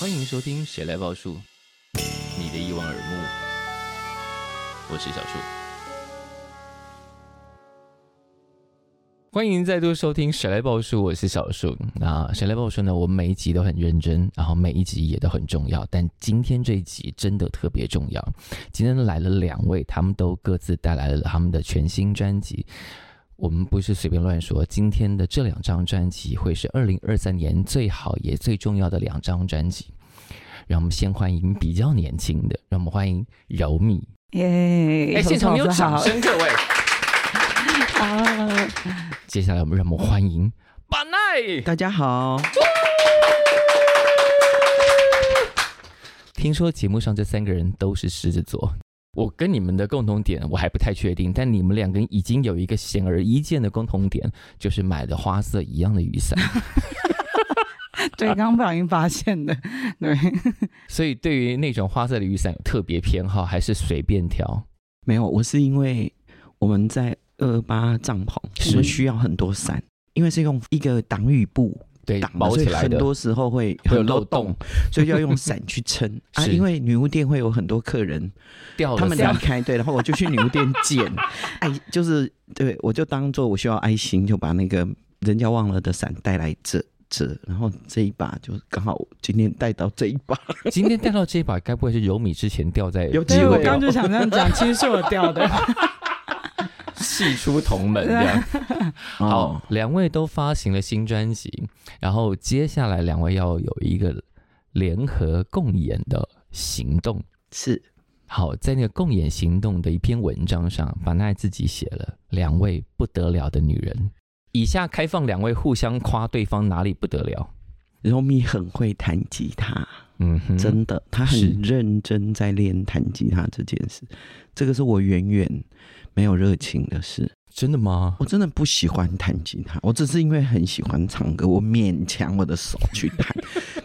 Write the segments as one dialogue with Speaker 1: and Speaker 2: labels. Speaker 1: 欢迎收听《谁来报数》，你的一望而目，我是小树。欢迎再度收听《谁来报数》，我是小树。那《谁来报数》呢？我每一集都很认真，然后每一集也都很重要。但今天这一集真的特别重要。今天来了两位，他们都各自带来了他们的全新专辑。我们不是随便乱说，今天的这两张专辑会是二零二三年最好也最重要的两张专辑。让我们先欢迎比较年轻的，让我们欢迎柔米。
Speaker 2: 耶！
Speaker 1: 哎，现场没有
Speaker 2: 同学
Speaker 1: 掌
Speaker 2: 好
Speaker 1: 声，各 位。
Speaker 2: 啊！
Speaker 1: 接下来我们让我们欢迎巴奈。
Speaker 3: 大家好，
Speaker 1: 听说节目上这三个人都是狮子座，我跟你们的共同点我还不太确定，但你们两个人已经有一个显而易见的共同点，就是买了花色一样的雨 伞。
Speaker 2: 对，刚刚不小心发现的，对，
Speaker 1: 所以对于那种花色的雨伞有特别偏好，还是随便挑？
Speaker 3: 没有，我是因为我们在二八帐篷，
Speaker 1: 是
Speaker 3: 我们需要很多伞，因为是用一个挡雨布
Speaker 1: 对，
Speaker 3: 挡的，
Speaker 1: 毛
Speaker 3: 所以
Speaker 1: 哎起来
Speaker 3: 很
Speaker 1: 的，
Speaker 3: 多时候会
Speaker 1: 会有
Speaker 3: 很多
Speaker 1: 漏洞，
Speaker 3: 所以就要用伞去 撑啊。
Speaker 1: 是
Speaker 3: 因为女巫店会有很多客人，
Speaker 1: 掉
Speaker 3: 他
Speaker 1: 了
Speaker 3: 们离
Speaker 1: 伞。
Speaker 3: 开，对，然后我就去女巫店 捡，哎，就是对我就当做我需要爱心，就把那个人家忘了的伞带来这。这，然后这一把就刚好今天带到这一把，
Speaker 1: 今天带到这一把，该不会是柔米之前掉在
Speaker 3: 有机
Speaker 1: 机
Speaker 2: 所以我
Speaker 3: 会
Speaker 1: 会
Speaker 2: 刚 刚就想这样 讲，其实是我掉的，
Speaker 1: 系出同门这
Speaker 3: 啊
Speaker 1: 样？好
Speaker 3: 哦，，
Speaker 1: 两位都发行了新专辑，然后接下来两位要有一个联合共演的行动。
Speaker 3: 是
Speaker 1: 好，在那个共演行动的一篇文章上，法奈自己写了两位不得了的女人。以下开放两位互相夸对方哪里不得了。
Speaker 3: 柔米很会弹吉他，
Speaker 1: 嗯哼，
Speaker 3: 真的，他
Speaker 1: 是
Speaker 3: 很认真在练弹吉他这件事。这个是我远远没有热情的事。
Speaker 1: 真的吗？
Speaker 3: 我真的不喜欢弹吉他，我只是因为很喜欢唱歌，我勉强我的手去 弹。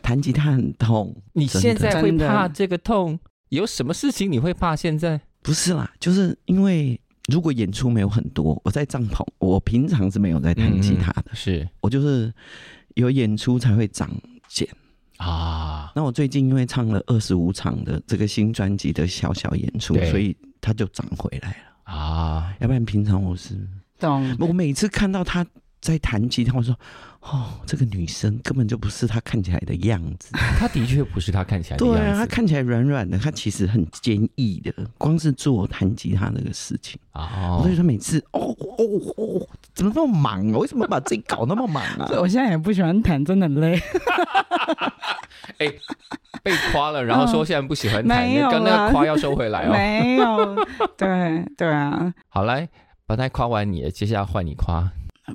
Speaker 3: 弹吉他很痛，
Speaker 1: 你
Speaker 3: 真的
Speaker 1: 现在会
Speaker 2: 真的
Speaker 1: 怕这个痛？有什么事情你会怕？现在
Speaker 3: 不是啦，就是因为如果演出没有很多，我在帐篷，我平常是没有在弹吉他的，
Speaker 1: 是
Speaker 3: 我就是有演出才会长茧。
Speaker 1: 啊，
Speaker 3: 那我最近因为唱了二十五场的这个新专辑的小小演出
Speaker 1: 对，
Speaker 3: 所以它就长回来了。
Speaker 1: 啊，
Speaker 3: 要不然平常我是，
Speaker 2: 懂？
Speaker 3: 我每次看到她在弹吉他，我说，哦，这个女生根本就不是她看起来的样子。
Speaker 1: 他的确不是他看起来的
Speaker 3: 啊对啊，
Speaker 1: 样
Speaker 3: 她
Speaker 1: 子
Speaker 3: 看起来软软的，她其实很坚毅的。光是做弹吉他这个事情，
Speaker 1: 啊
Speaker 3: 所以说每次，哦哦哦，怎么那么忙啊？为什么把自己搞那么忙 啊？
Speaker 2: 我现在也不喜欢弹，真的很累。
Speaker 1: 被夸了，然后说现在不喜欢弹，
Speaker 2: 没有
Speaker 1: 刚那
Speaker 2: 啦
Speaker 1: 个夸要收回 来哦。
Speaker 2: 没有，对对啊，
Speaker 1: 好，来，把他夸完你，接下来换你夸。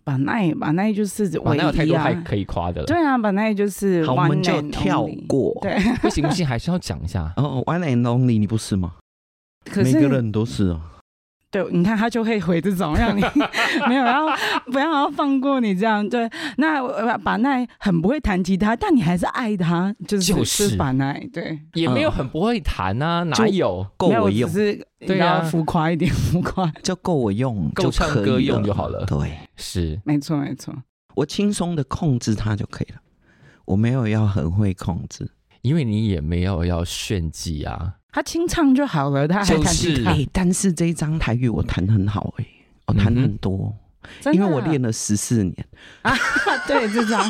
Speaker 2: 把奈把奈就是
Speaker 1: 哇，
Speaker 2: 唯
Speaker 1: 那有太
Speaker 2: 一
Speaker 1: 多
Speaker 2: 啊
Speaker 1: 还，可以夸的了。
Speaker 2: 对啊，把奈就是
Speaker 3: 好，我
Speaker 2: one
Speaker 3: 们就
Speaker 2: and
Speaker 3: 跳
Speaker 2: only
Speaker 3: 过。
Speaker 2: 对，
Speaker 1: 不行不行，还是要讲一 下。
Speaker 3: 哦，One and Only，你不是吗？
Speaker 2: 可
Speaker 3: 每
Speaker 2: 是
Speaker 3: 个人都是哦。
Speaker 2: 对，你看他就会回这种， 让你没有要不要要放过你这样。对，那呃把奈很不会弹吉他，但你还是爱他，就是
Speaker 1: 就是
Speaker 2: 把奈对。
Speaker 1: 也没有很不会弹啊，
Speaker 3: 就
Speaker 1: 哪有？
Speaker 3: 够
Speaker 2: 没有
Speaker 3: 我
Speaker 2: 只
Speaker 3: 用，
Speaker 2: 是
Speaker 1: 对啊
Speaker 2: 要浮夸一点，浮夸。
Speaker 3: 就够我用，
Speaker 1: 够
Speaker 3: 就
Speaker 1: 唱
Speaker 3: 可以
Speaker 1: 歌用就好了
Speaker 3: 对，
Speaker 1: 是
Speaker 2: 没错，没错，
Speaker 3: 我轻松的控制它就可以了，我没有要很会控制。
Speaker 1: 因为你也没有要炫技啊，
Speaker 2: 他清唱就好了，他还弹吉他
Speaker 3: 哎、，但是这一张台语我弹很好哎、我弹很多，
Speaker 2: 真的
Speaker 3: 因
Speaker 2: 啊
Speaker 3: 为我练了十四年。
Speaker 2: 对这张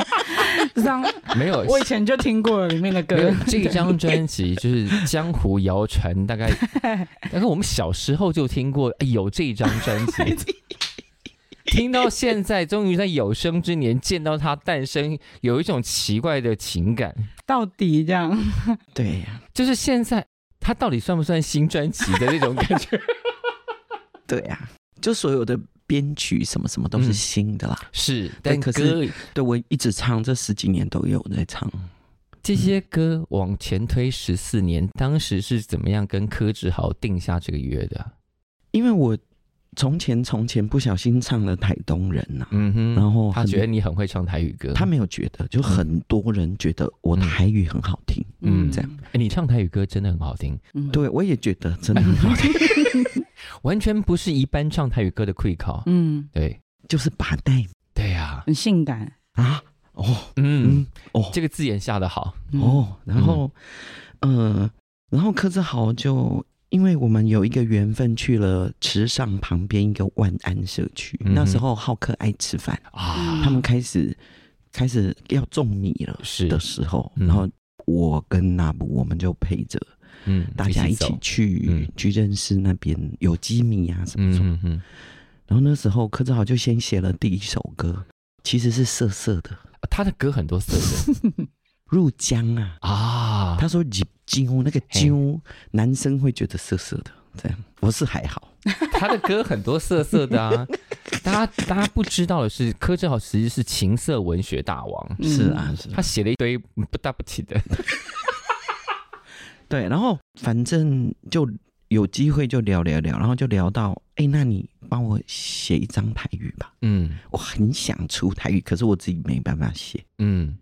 Speaker 2: 这张，
Speaker 1: 没有。
Speaker 2: 我以前就听过里面的
Speaker 1: 没 有
Speaker 2: 歌，
Speaker 1: 这张专辑就是江湖谣传，大 概大概我们小时候就听过哎有这张专辑， 听到现在终于在有生之年见到它诞生，有一种奇怪的情感。
Speaker 2: 到底这样，
Speaker 3: 对呀、
Speaker 1: 就是现在，它到底算不算新专辑的那种感 觉？
Speaker 3: 对呀、就所有的编曲什么什么都是新的啦。
Speaker 1: 是，
Speaker 3: 对
Speaker 1: 但
Speaker 3: 可是
Speaker 1: 歌
Speaker 3: 对我一直唱，这十几年都有在唱。
Speaker 1: 这些歌往前推十四年，当时是怎么样跟柯志豪定下这个约的？
Speaker 3: 因为我从前从前不小心唱了台东人呐、
Speaker 1: 嗯哼，
Speaker 3: 然后
Speaker 1: 他
Speaker 3: 很
Speaker 1: 觉得你很会唱台语歌，
Speaker 3: 他没有觉得，就很多人觉得我
Speaker 1: 嗯
Speaker 3: 台语很好听。
Speaker 1: 嗯这样，哎你唱台语歌真的很好听。
Speaker 2: 嗯，
Speaker 3: 对，我也觉得真的很好听。
Speaker 1: 完全不是一般唱台语歌的 quick call。
Speaker 2: 嗯，
Speaker 1: 对
Speaker 3: 就是把带
Speaker 1: 对呀、
Speaker 2: 很性感，
Speaker 3: 啊，哦，
Speaker 1: 嗯
Speaker 3: 嗯，，哦，
Speaker 1: 这个字眼下的好，
Speaker 2: 嗯，
Speaker 3: 哦，然后，
Speaker 1: 嗯
Speaker 3: 呃，然后柯志豪就因为我们有一个缘分去了池上旁边一个万安社区，
Speaker 1: 嗯哼
Speaker 3: 那时候浩克爱吃饭，
Speaker 2: 嗯
Speaker 1: 啊，
Speaker 3: 他们开始开始要种米了
Speaker 1: 是
Speaker 3: 的时候，
Speaker 1: 嗯
Speaker 3: 然后我跟那布我们就陪着
Speaker 1: 嗯，
Speaker 3: 大家一起
Speaker 1: 走
Speaker 3: 去
Speaker 1: 嗯
Speaker 3: 去认识那边有机米啊什么什么，
Speaker 1: 嗯嗯嗯，
Speaker 3: 然后那时候柯志豪就先写了第一首歌，其实是涩涩的
Speaker 1: 他的歌很多色 的
Speaker 3: 入江啊。
Speaker 1: 啊，
Speaker 3: 他说几揪那个揪，男生会觉得涩涩的，这样我是还好，
Speaker 1: 他的歌很多色色的 啊。大家大家不知道的是，柯震豪其实是情色文学大王，
Speaker 2: 嗯
Speaker 3: 是啊，是啊
Speaker 1: 他写了一堆不搭不起的。
Speaker 3: 对，然后反正就有机会就聊聊聊，然后就聊到，哎、那你帮我写一张台语吧，
Speaker 1: 嗯
Speaker 3: 我很想出台语，可是我自己没办法写，
Speaker 1: 嗯，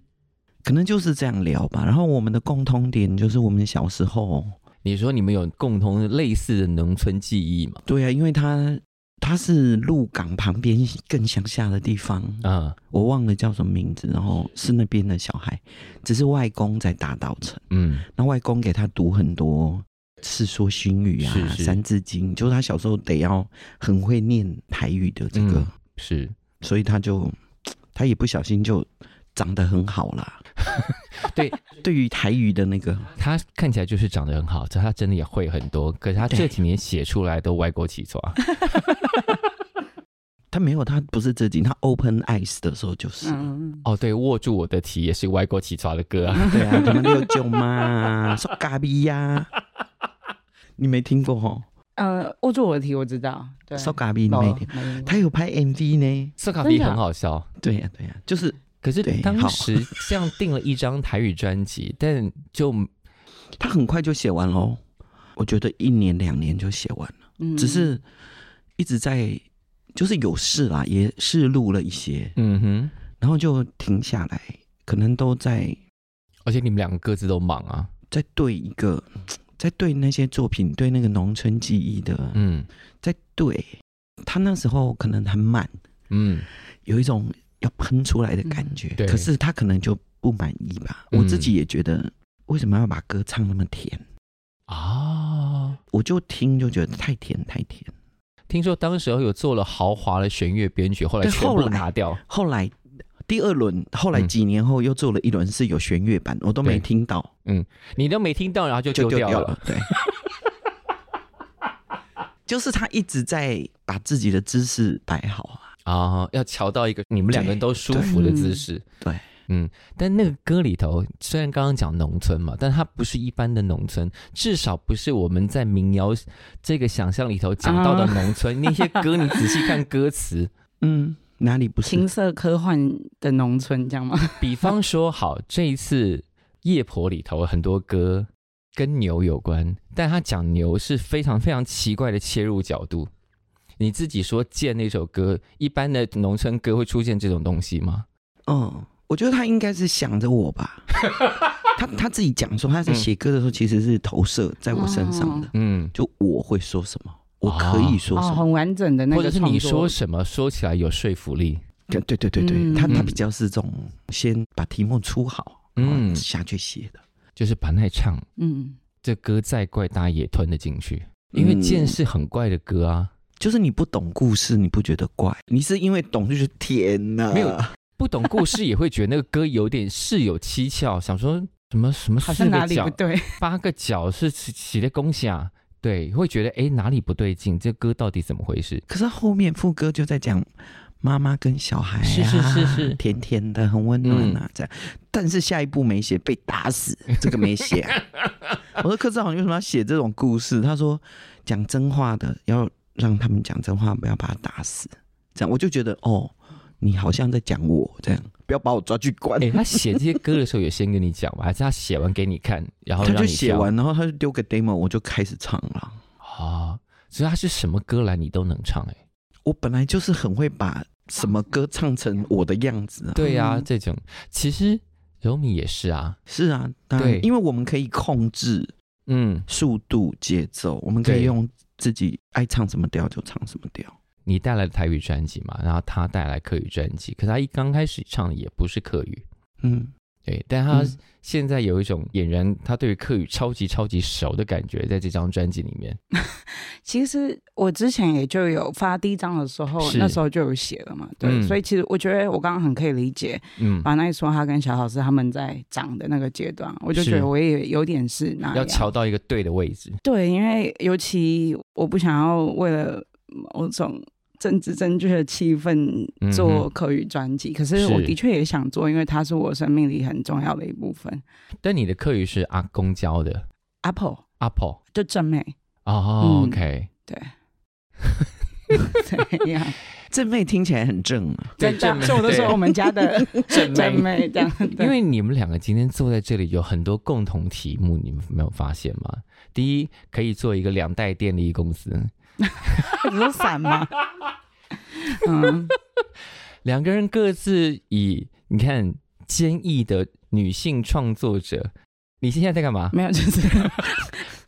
Speaker 3: 可能就是这样聊吧。然后我们的共通点就是我们小时候，
Speaker 1: 你说你们有共同类似的农村记忆吗？
Speaker 3: 对啊，因为他他是鹿港旁边更乡下的地方，
Speaker 1: 啊
Speaker 3: 我忘了叫什么名字，然后是那边的小孩，只是外公在大稻城。
Speaker 1: 嗯
Speaker 3: 那外公给他读很多《世说新语》啊，
Speaker 1: 是是
Speaker 3: 三字经》，就是他小时候得要很会念台语的这个，
Speaker 1: 嗯是
Speaker 3: 所以他就他也不小心就长得很好啦。
Speaker 1: 对，
Speaker 3: 对于台语的那个，
Speaker 1: 他看起来就是长得很好，但他真的也会很多，可是他这
Speaker 3: 对
Speaker 1: 几年写出来都歪勾起 错。
Speaker 3: 他没有，他不是这经，他 Open Eyes 的时候就是，啊
Speaker 2: 嗯，
Speaker 1: 哦，对，握住我的题也是歪勾起错的歌啊。
Speaker 3: 对啊，什么六舅妈、说咖喱呀，你没听过吼？
Speaker 2: 呃，握住我的题我知道，对，
Speaker 3: 说咖喱你
Speaker 1: 哦
Speaker 2: 没
Speaker 3: 没听？
Speaker 2: 没
Speaker 3: 他有拍 MV 呢，
Speaker 1: 色卡
Speaker 2: 真
Speaker 1: 比
Speaker 2: 的啊
Speaker 1: 很好笑，
Speaker 3: 对呀、对呀、啊就是
Speaker 1: 可是
Speaker 3: 对
Speaker 1: 当
Speaker 3: 好
Speaker 1: 时这样定了一张台语专辑，但就
Speaker 3: 他很快就写完喽，我觉得一年两年就写完了。
Speaker 2: 嗯
Speaker 3: 只是一直在就是有事啦，也试录了一些，
Speaker 1: 嗯哼，
Speaker 3: 然后就停下来，可能都在
Speaker 1: 而且你们两个各自都忙啊，
Speaker 3: 在对一个，在对那些作品，对那个农村记忆的，
Speaker 1: 嗯
Speaker 3: 在对他那时候可能很满，
Speaker 1: 嗯，
Speaker 3: 有一种要喷出来的感觉，
Speaker 1: 对
Speaker 3: 可是他可能就不满意吧。
Speaker 1: 嗯
Speaker 3: 我自己也觉得，为什么要把歌唱那么甜？
Speaker 1: 啊，
Speaker 3: 我就听就觉得太甜太甜。
Speaker 1: 听说当时候有做了豪华的弦乐编曲，后来
Speaker 3: 对
Speaker 1: 全部
Speaker 3: 后来
Speaker 1: 拿掉，
Speaker 3: 后来第二轮，后来
Speaker 1: 嗯
Speaker 3: 几年后又做了一轮是有弦乐版，我都
Speaker 1: 对
Speaker 3: 没听到。
Speaker 1: 你都没听到，然后就
Speaker 3: 就
Speaker 1: 丢
Speaker 3: 丢
Speaker 1: 了。
Speaker 3: 掉了。对， 就是他一直在把自己的姿势摆好啊。
Speaker 1: 啊，要瞧到一个你们两个人都舒服的姿势。
Speaker 3: 对对
Speaker 1: 嗯，但那个歌里头，虽然刚刚讲农村嘛，但它不是一般的农村，至少不是我们在民谣这个想象里头讲到
Speaker 3: 啊
Speaker 1: 的农村。那些歌，你仔细看歌词，
Speaker 3: 嗯，哪里不是
Speaker 2: 情？色科幻的农村这样吗？
Speaker 1: 比方说，好，这一次《夜婆》里头很多歌跟牛有关，但他讲牛是非常非常奇怪的切入角度。你自己说《剑》那首歌，一般的农村歌会出现这种东西吗？
Speaker 3: 嗯，我觉得他应该是想着我 吧。他他自己讲说，他在写歌的时候其实是投射在我身上的，
Speaker 1: 嗯，
Speaker 3: 就我会说什么，我可以说什
Speaker 2: 哦，
Speaker 3: 么。
Speaker 2: 很完整的那
Speaker 1: 或
Speaker 2: 个
Speaker 1: 者
Speaker 2: 创
Speaker 1: 是
Speaker 2: 作，
Speaker 1: 你说什么说起来有说服力，
Speaker 3: 对对对对对，
Speaker 2: 嗯
Speaker 3: 他他
Speaker 1: 嗯
Speaker 3: 比较是这种先把题目出好，
Speaker 1: 嗯
Speaker 3: 嗯，下去写的。
Speaker 1: 就是把那唱
Speaker 2: 嗯，
Speaker 1: 这歌再怪，大家也吞得进去，因为
Speaker 3: 嗯
Speaker 1: 剑是很怪的歌啊，
Speaker 3: 就是你不懂故事，你不觉得怪，你是因为懂就觉得天哪，
Speaker 1: 没有不懂故事也会觉得那个歌有点事有蹊跷，想说什么什么
Speaker 2: 好
Speaker 1: 四
Speaker 2: 像哪
Speaker 1: 个
Speaker 2: 里不
Speaker 1: 角
Speaker 2: 对，
Speaker 1: 八个角是起起的功下，对，会觉得哎哪里不对劲，这歌到底怎么回 事？
Speaker 3: 可是后面副歌就在讲妈妈跟小孩、啊，
Speaker 1: 是是是是嗯
Speaker 3: 甜甜的，很温暖啊，这样。但是下一步没写，被 打死，这个没写、啊。我说柯志豪，你为什么要写这种故事？他说讲真话的，要让他们讲真话，不要把他打死。这样我就觉得哦，你好像在讲我这样，不要把我抓去关。
Speaker 1: 哎，他写这些歌的时候有先跟你讲吗？还是他写完给你看，然后
Speaker 3: 他
Speaker 1: 让
Speaker 3: 就
Speaker 1: 你
Speaker 3: 写
Speaker 1: 挑
Speaker 3: 完，然后他就丢个 demo，我就开始唱了。
Speaker 1: 啊？所以他是什么歌来你都能唱 哎、
Speaker 3: 我本来就是很会把什么歌唱成我的样子啊。
Speaker 1: 对呀、
Speaker 2: 嗯
Speaker 1: 这种其实柔米也是啊，
Speaker 3: 是啊，当
Speaker 1: 对
Speaker 3: 然，因为我们可以控制
Speaker 1: 嗯，
Speaker 3: 速度、节奏，我们可
Speaker 1: 对
Speaker 3: 以用自己爱唱什么调就唱什么调。
Speaker 1: 你带来台语专辑嘛，然后他带来客语专辑，可他一刚开始唱的也不是客语，
Speaker 3: 嗯，
Speaker 1: 对，但他
Speaker 3: 嗯
Speaker 1: 现在有一种俨然他对于客语超级超级熟的感觉，在这张专辑里面，
Speaker 2: 其实我之前也就有发第一张的时候，
Speaker 1: 是
Speaker 2: 那时候就有写了嘛，对，
Speaker 1: 嗯
Speaker 2: 所以其实我觉得我刚刚很可以理解，
Speaker 1: 嗯，
Speaker 2: 把那说他跟小老师他们在长的那个阶段，我就是觉得我也有点是那
Speaker 1: 要
Speaker 2: 样。
Speaker 1: 瞧到一个对的位置，
Speaker 2: 对，因为尤其我不想要为了某种政治正确的气氛
Speaker 1: 嗯哼
Speaker 2: 做口语专辑，可是
Speaker 1: 是
Speaker 2: 我的确也想做，因为它是我生命里很重要的一部分。
Speaker 1: 但你的客语是阿公教的
Speaker 2: Apple
Speaker 1: 阿婆
Speaker 2: 就正妹，
Speaker 1: 哦、
Speaker 2: 嗯
Speaker 1: o k
Speaker 2: 对，怎样？
Speaker 3: 正妹听起来很正啊，
Speaker 1: 对正
Speaker 2: 的，
Speaker 1: 妹
Speaker 2: 所以我都说我们家的
Speaker 1: 正
Speaker 2: 正妹 这样，对
Speaker 1: 因为你们两个今天坐在这里，有很多共同题目，你们没有发现吗？第一，可以做一个两代电力公司，
Speaker 2: 你说伞吗？ 嗯，
Speaker 1: 两个人各自以你看坚毅的女性创作者，你现在在干 嘛？
Speaker 2: 没有，就是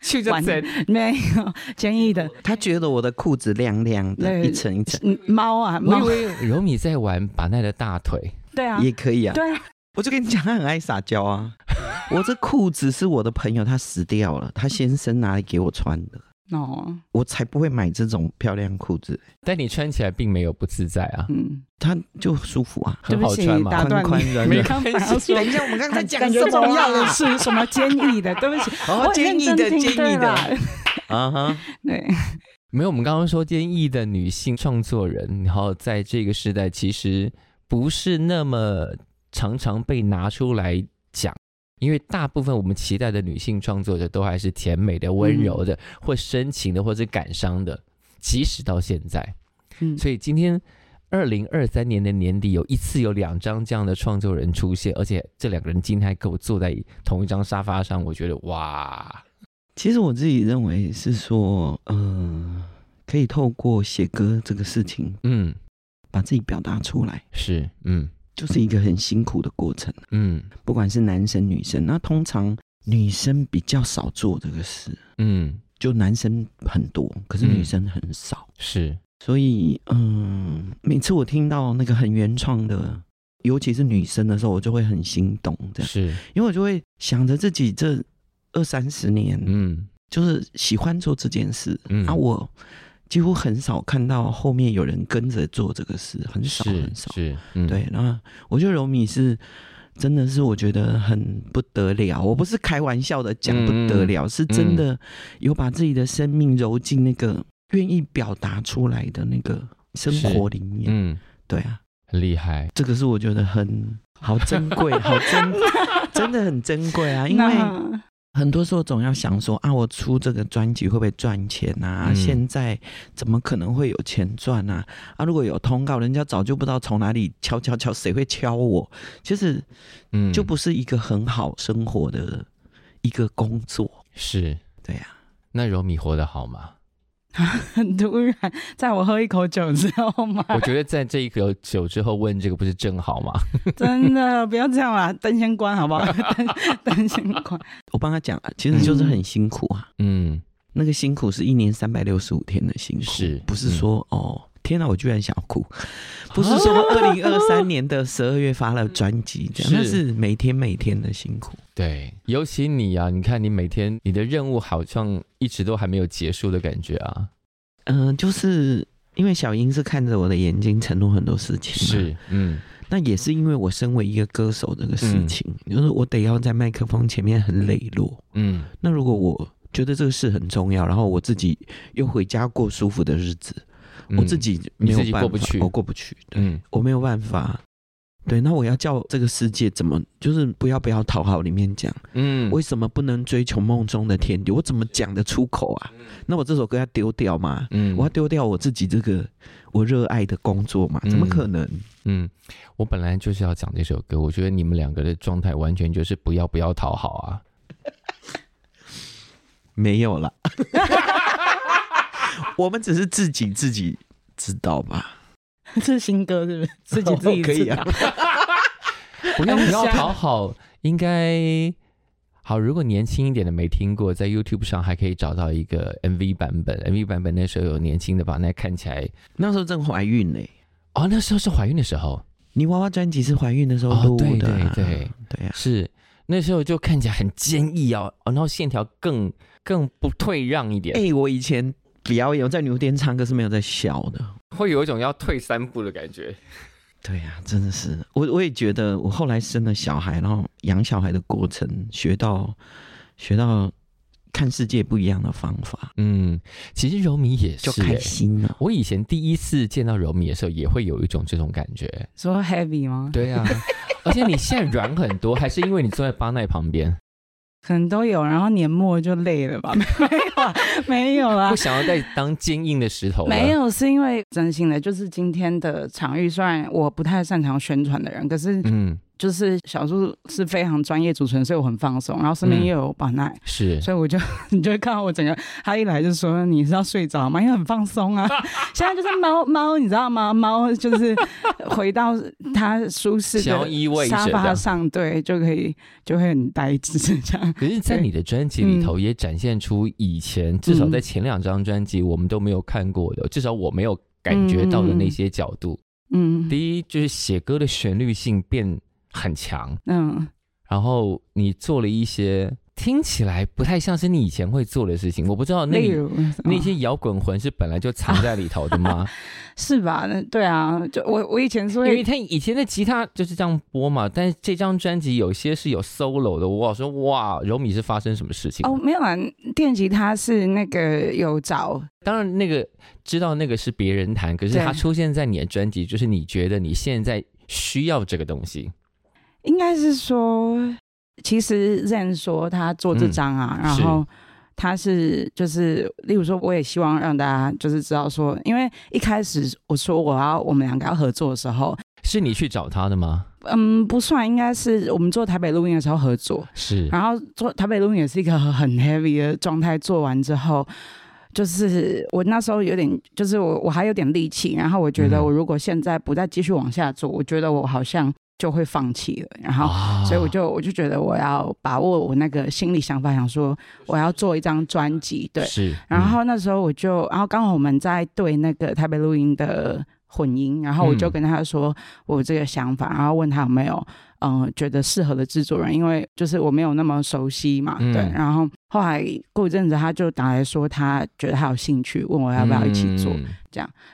Speaker 1: 去
Speaker 2: 玩
Speaker 1: 在
Speaker 2: 没有建议的
Speaker 3: 她觉得我的裤子亮亮的，
Speaker 2: 对
Speaker 3: 一层一 层
Speaker 2: 嗯猫啊，
Speaker 1: 我以
Speaker 2: 猫
Speaker 1: 为柔米在玩把奈的大腿，
Speaker 2: 对啊，
Speaker 3: 也可以啊。
Speaker 2: 对啊，
Speaker 3: 我就跟你讲，她很爱撒娇啊。 我这裤子是我的朋友，他死掉了，他先生拿来给我穿的，
Speaker 2: 哦，
Speaker 3: 我才不会买这种漂亮裤子，
Speaker 1: 但你穿起来并没有不自在啊，
Speaker 2: 嗯，
Speaker 3: 它就舒服啊。
Speaker 2: 对
Speaker 1: 很
Speaker 2: 不
Speaker 1: 好
Speaker 2: 起
Speaker 1: 穿，嘛。
Speaker 2: 打断
Speaker 3: 宽宽
Speaker 2: 你，
Speaker 3: 软软
Speaker 1: 没
Speaker 2: 你
Speaker 1: 关
Speaker 2: 刚
Speaker 1: 系
Speaker 2: 本来要说
Speaker 3: 等一下，我们刚才讲
Speaker 2: 哎 感觉
Speaker 3: 什
Speaker 2: 重
Speaker 3: 么
Speaker 2: 要的
Speaker 3: 啊？
Speaker 2: 是什么坚毅的，对不起，
Speaker 3: 哦，坚毅的，
Speaker 2: 坚
Speaker 3: 坚毅的，啊哈。
Speaker 2: 对，
Speaker 1: 没有，我们刚刚说坚毅的女性创作人，然后在这个时代其实不是那么常常被拿出来讲，因为大部分我们期待的女性创作者都还是甜美的、温柔的，或深情的，或是感伤的，即使到现在。
Speaker 2: 嗯，
Speaker 1: 所以今天二零二三年的年底，有一次有两张这样的创作人出现，而且这两个人今天还跟我坐在同一张沙发上，我觉得哇，
Speaker 3: 其实我自己认为是说，嗯、可以透过写歌这个事情
Speaker 1: 嗯，
Speaker 3: 把自己表达出来，
Speaker 1: 是，嗯
Speaker 3: 就是一个很辛苦的过程，
Speaker 1: 嗯
Speaker 3: 不管是男生女生。那通常女生比较少做这个事，
Speaker 1: 嗯，
Speaker 3: 就男生很多，可是
Speaker 1: 嗯
Speaker 3: 女生很少。
Speaker 1: 是。
Speaker 3: 所以，嗯、每次我听到那个很原创的，尤其是女生的时候，我就会很心动，这
Speaker 1: 嗯
Speaker 3: 样，
Speaker 1: 是，
Speaker 3: 因为我就会想着自己这二三十年，
Speaker 1: 嗯
Speaker 3: 就是喜欢做这件事，
Speaker 1: 嗯
Speaker 3: 啊，我几乎很少看到后面有人跟着做这个事，很少
Speaker 1: 是
Speaker 3: 很少。
Speaker 1: 是，嗯，
Speaker 3: 对，那我觉得柔米是真的是我觉得很不得了，我不是开玩笑的讲
Speaker 1: 嗯
Speaker 3: 不得了，是真的有把自己的生命揉进那个愿意表达出来的那个生活里面。
Speaker 1: 嗯，
Speaker 3: 对啊，
Speaker 1: 很厉害，
Speaker 3: 这个是我觉得很好珍贵，好珍， 真的很珍贵啊，因为。
Speaker 2: 那
Speaker 3: 很多时候总要想说啊，我出这个专辑会不会赚钱啊？
Speaker 1: 嗯
Speaker 3: 现在怎么可能会有钱赚啊？啊，如果有通告，人家早就不知道从哪里敲敲敲，谁会敲我？其实
Speaker 1: 嗯，
Speaker 3: 就不是一个很好生活的一个工作，
Speaker 1: 是
Speaker 3: 对呀、
Speaker 1: 那柔米活得好吗？
Speaker 2: 很突然，在我喝一口酒之后 嘛，
Speaker 1: 我觉得在这一口酒之后问这个不是正好吗？
Speaker 2: 真的不要这样啦，灯先关好 不好？灯灯先关，
Speaker 3: 我帮他讲啊，其实就是很辛苦啊。
Speaker 1: 嗯，
Speaker 3: 那个辛苦是一年三百六十五天的辛苦，
Speaker 1: 是嗯
Speaker 3: 不是说、哦？天哪，我居然想 哭！不是说二零二三年的十二月发了专辑，这
Speaker 1: 是
Speaker 3: 样那是每天每天的辛苦。
Speaker 1: 对，尤其你啊，你看你每天你的任务好像一直都还没有结束的感觉啊，
Speaker 3: 嗯、就是因为小英是看着我的眼睛承诺很多事情，，
Speaker 1: 是，嗯
Speaker 3: 那也是因为我身为一个歌手这个事情，就是我得要在麦克风前面很磊落。
Speaker 1: 嗯，
Speaker 3: 那如果我觉得这个事很重要，然后我自己又回家过舒服的日子，
Speaker 1: 嗯
Speaker 3: 我自，己没有
Speaker 1: 你自己
Speaker 3: 办法，
Speaker 1: 过不去
Speaker 3: 我过不去，对、
Speaker 1: 嗯
Speaker 3: 我没有办法。对，那我要叫这个世界怎么，就是不要不要讨好里面讲，
Speaker 1: 嗯，
Speaker 3: 为什么不能追求梦中的天地？我怎么讲得出口啊？那我这首歌要丢掉吗？
Speaker 1: 嗯
Speaker 3: 我要丢掉我自己这个我热爱的工作嘛？
Speaker 1: 嗯
Speaker 3: 怎么可能？
Speaker 1: 嗯，我本来就是要讲这首歌，我觉得你们两个的状态完全就是不要不要讨好啊，
Speaker 3: 没有了， 我们只是自己自己知道吧？
Speaker 2: 这是新歌是不是？自己自己
Speaker 3: 哦可
Speaker 2: 知
Speaker 3: 以
Speaker 2: 道
Speaker 3: 啊，
Speaker 1: 不要不要
Speaker 2: 很香
Speaker 1: 讨好，应该好，如果年轻一点的没听过，在 YouTube 上还可以找到一个 MV 版本。MV 版本那时候有年轻的把那看起来，
Speaker 3: 那时候正怀孕嘞、
Speaker 1: 哦，那时候是怀孕的时候，
Speaker 3: 你娃娃专辑是怀孕的时候
Speaker 1: 哦
Speaker 3: 录的、啊
Speaker 1: 对对
Speaker 3: 对呀、
Speaker 1: 是那时候就看起来很坚毅哦，哦然后线条更更不退让一点，
Speaker 3: 哎、我以前表演我在牛店唱歌是没有在笑的。
Speaker 1: 会有一种要退三步的感觉。
Speaker 3: 对
Speaker 1: 啊
Speaker 3: 呀、真的是我我也觉得，我后来生了小孩，然后养小孩的过程，学到学到看世界不一样的方法，
Speaker 1: 嗯，其实柔米也是、
Speaker 3: 就开
Speaker 1: 欸
Speaker 3: 心啊了。
Speaker 1: 我以前第一次见到柔米的时候，也会有一种这种感觉。
Speaker 2: 说 heavy 吗？
Speaker 1: 对啊， 而且你现在软很多，还是因为你坐在巴奈旁 边，
Speaker 2: 可能都有，然后年末就累了 吧？没有啊，没有啊
Speaker 1: 不，想要再当坚硬的石头了。
Speaker 2: 没，有，是因为真心的，就是今天的场域，虽然我不太擅长宣传的人，可是
Speaker 1: 嗯，
Speaker 2: 就是小树是非常专业主持人，所以我很放松，然后身边
Speaker 1: 嗯
Speaker 2: 又有宝奈。
Speaker 1: 是
Speaker 2: 所以我就， 你就会看到我整个，他一来就说你是要睡着吗？因为很放松啊。 现在就是猫猫，你知道吗？猫就是回到它舒适
Speaker 1: 想要依偎
Speaker 2: 的
Speaker 1: 一下
Speaker 2: 沙
Speaker 1: 这
Speaker 2: 发
Speaker 1: 样
Speaker 2: 上，对，就可以就会很呆滞这样。
Speaker 1: 可是，在你的专辑里头也展现出以前，至少在前两张专辑我们都没有看过的，至少我没有感觉到的那些角度。
Speaker 2: 嗯
Speaker 1: 第一就是写歌的旋律性变很强，
Speaker 2: 嗯，
Speaker 1: 然后你做了一些听起来不太像是你以前会做的事情。我不知道那
Speaker 2: 例
Speaker 1: 里
Speaker 2: 如
Speaker 1: 那
Speaker 2: 嗯
Speaker 1: 些摇滚魂是本来就藏在里头的 吗？
Speaker 2: 是吧？那对啊，就我我以前说
Speaker 1: 因为他以前的吉他就是这样播嘛，但是这张专辑有些是有 solo 的。我说哇，柔米是发生什么事情？
Speaker 2: 哦，没有啊，电吉他是那个有找
Speaker 1: 当然，那个知道那个是别人弹，可是
Speaker 2: 对
Speaker 1: 它出现在你的专辑，就是你觉得你现在需要这个东西。
Speaker 2: 应该是说，其实 Zen 说他做这张啊，然后他是就是，例如说，我也希望让大家就是知道说，因为一开始我说我要我们两个要合作的时候，
Speaker 1: 是你去找他的吗？
Speaker 2: 嗯，不算，应该是我们做台北录音的时候合作，
Speaker 1: 是，
Speaker 2: 然后做台北录音也是一个很 heavy 的状态，做完之后。就是我那时候有点，就是我我还有点力气，然后我觉得
Speaker 1: 嗯
Speaker 2: 我如果现在不再继续往下做，我觉得我好像就会放弃了。然后
Speaker 1: 啊
Speaker 2: 所以我就我就觉得我要把握我那个心里想法，想说我要做一张专辑，对。
Speaker 1: 是，嗯
Speaker 2: 然后那时候我就，然后刚好我们在对那个台北录音的混音，然后我就
Speaker 1: 嗯
Speaker 2: 跟他说我有这个想法，然后问他有没有嗯、呃觉得适合的制作人，因为就是我没有那么熟悉嘛，
Speaker 1: 嗯
Speaker 2: 对。然后后来过一阵子他就打来说他觉得他有兴趣，问我
Speaker 1: 嗯
Speaker 2: 要不要一起做，
Speaker 1: 嗯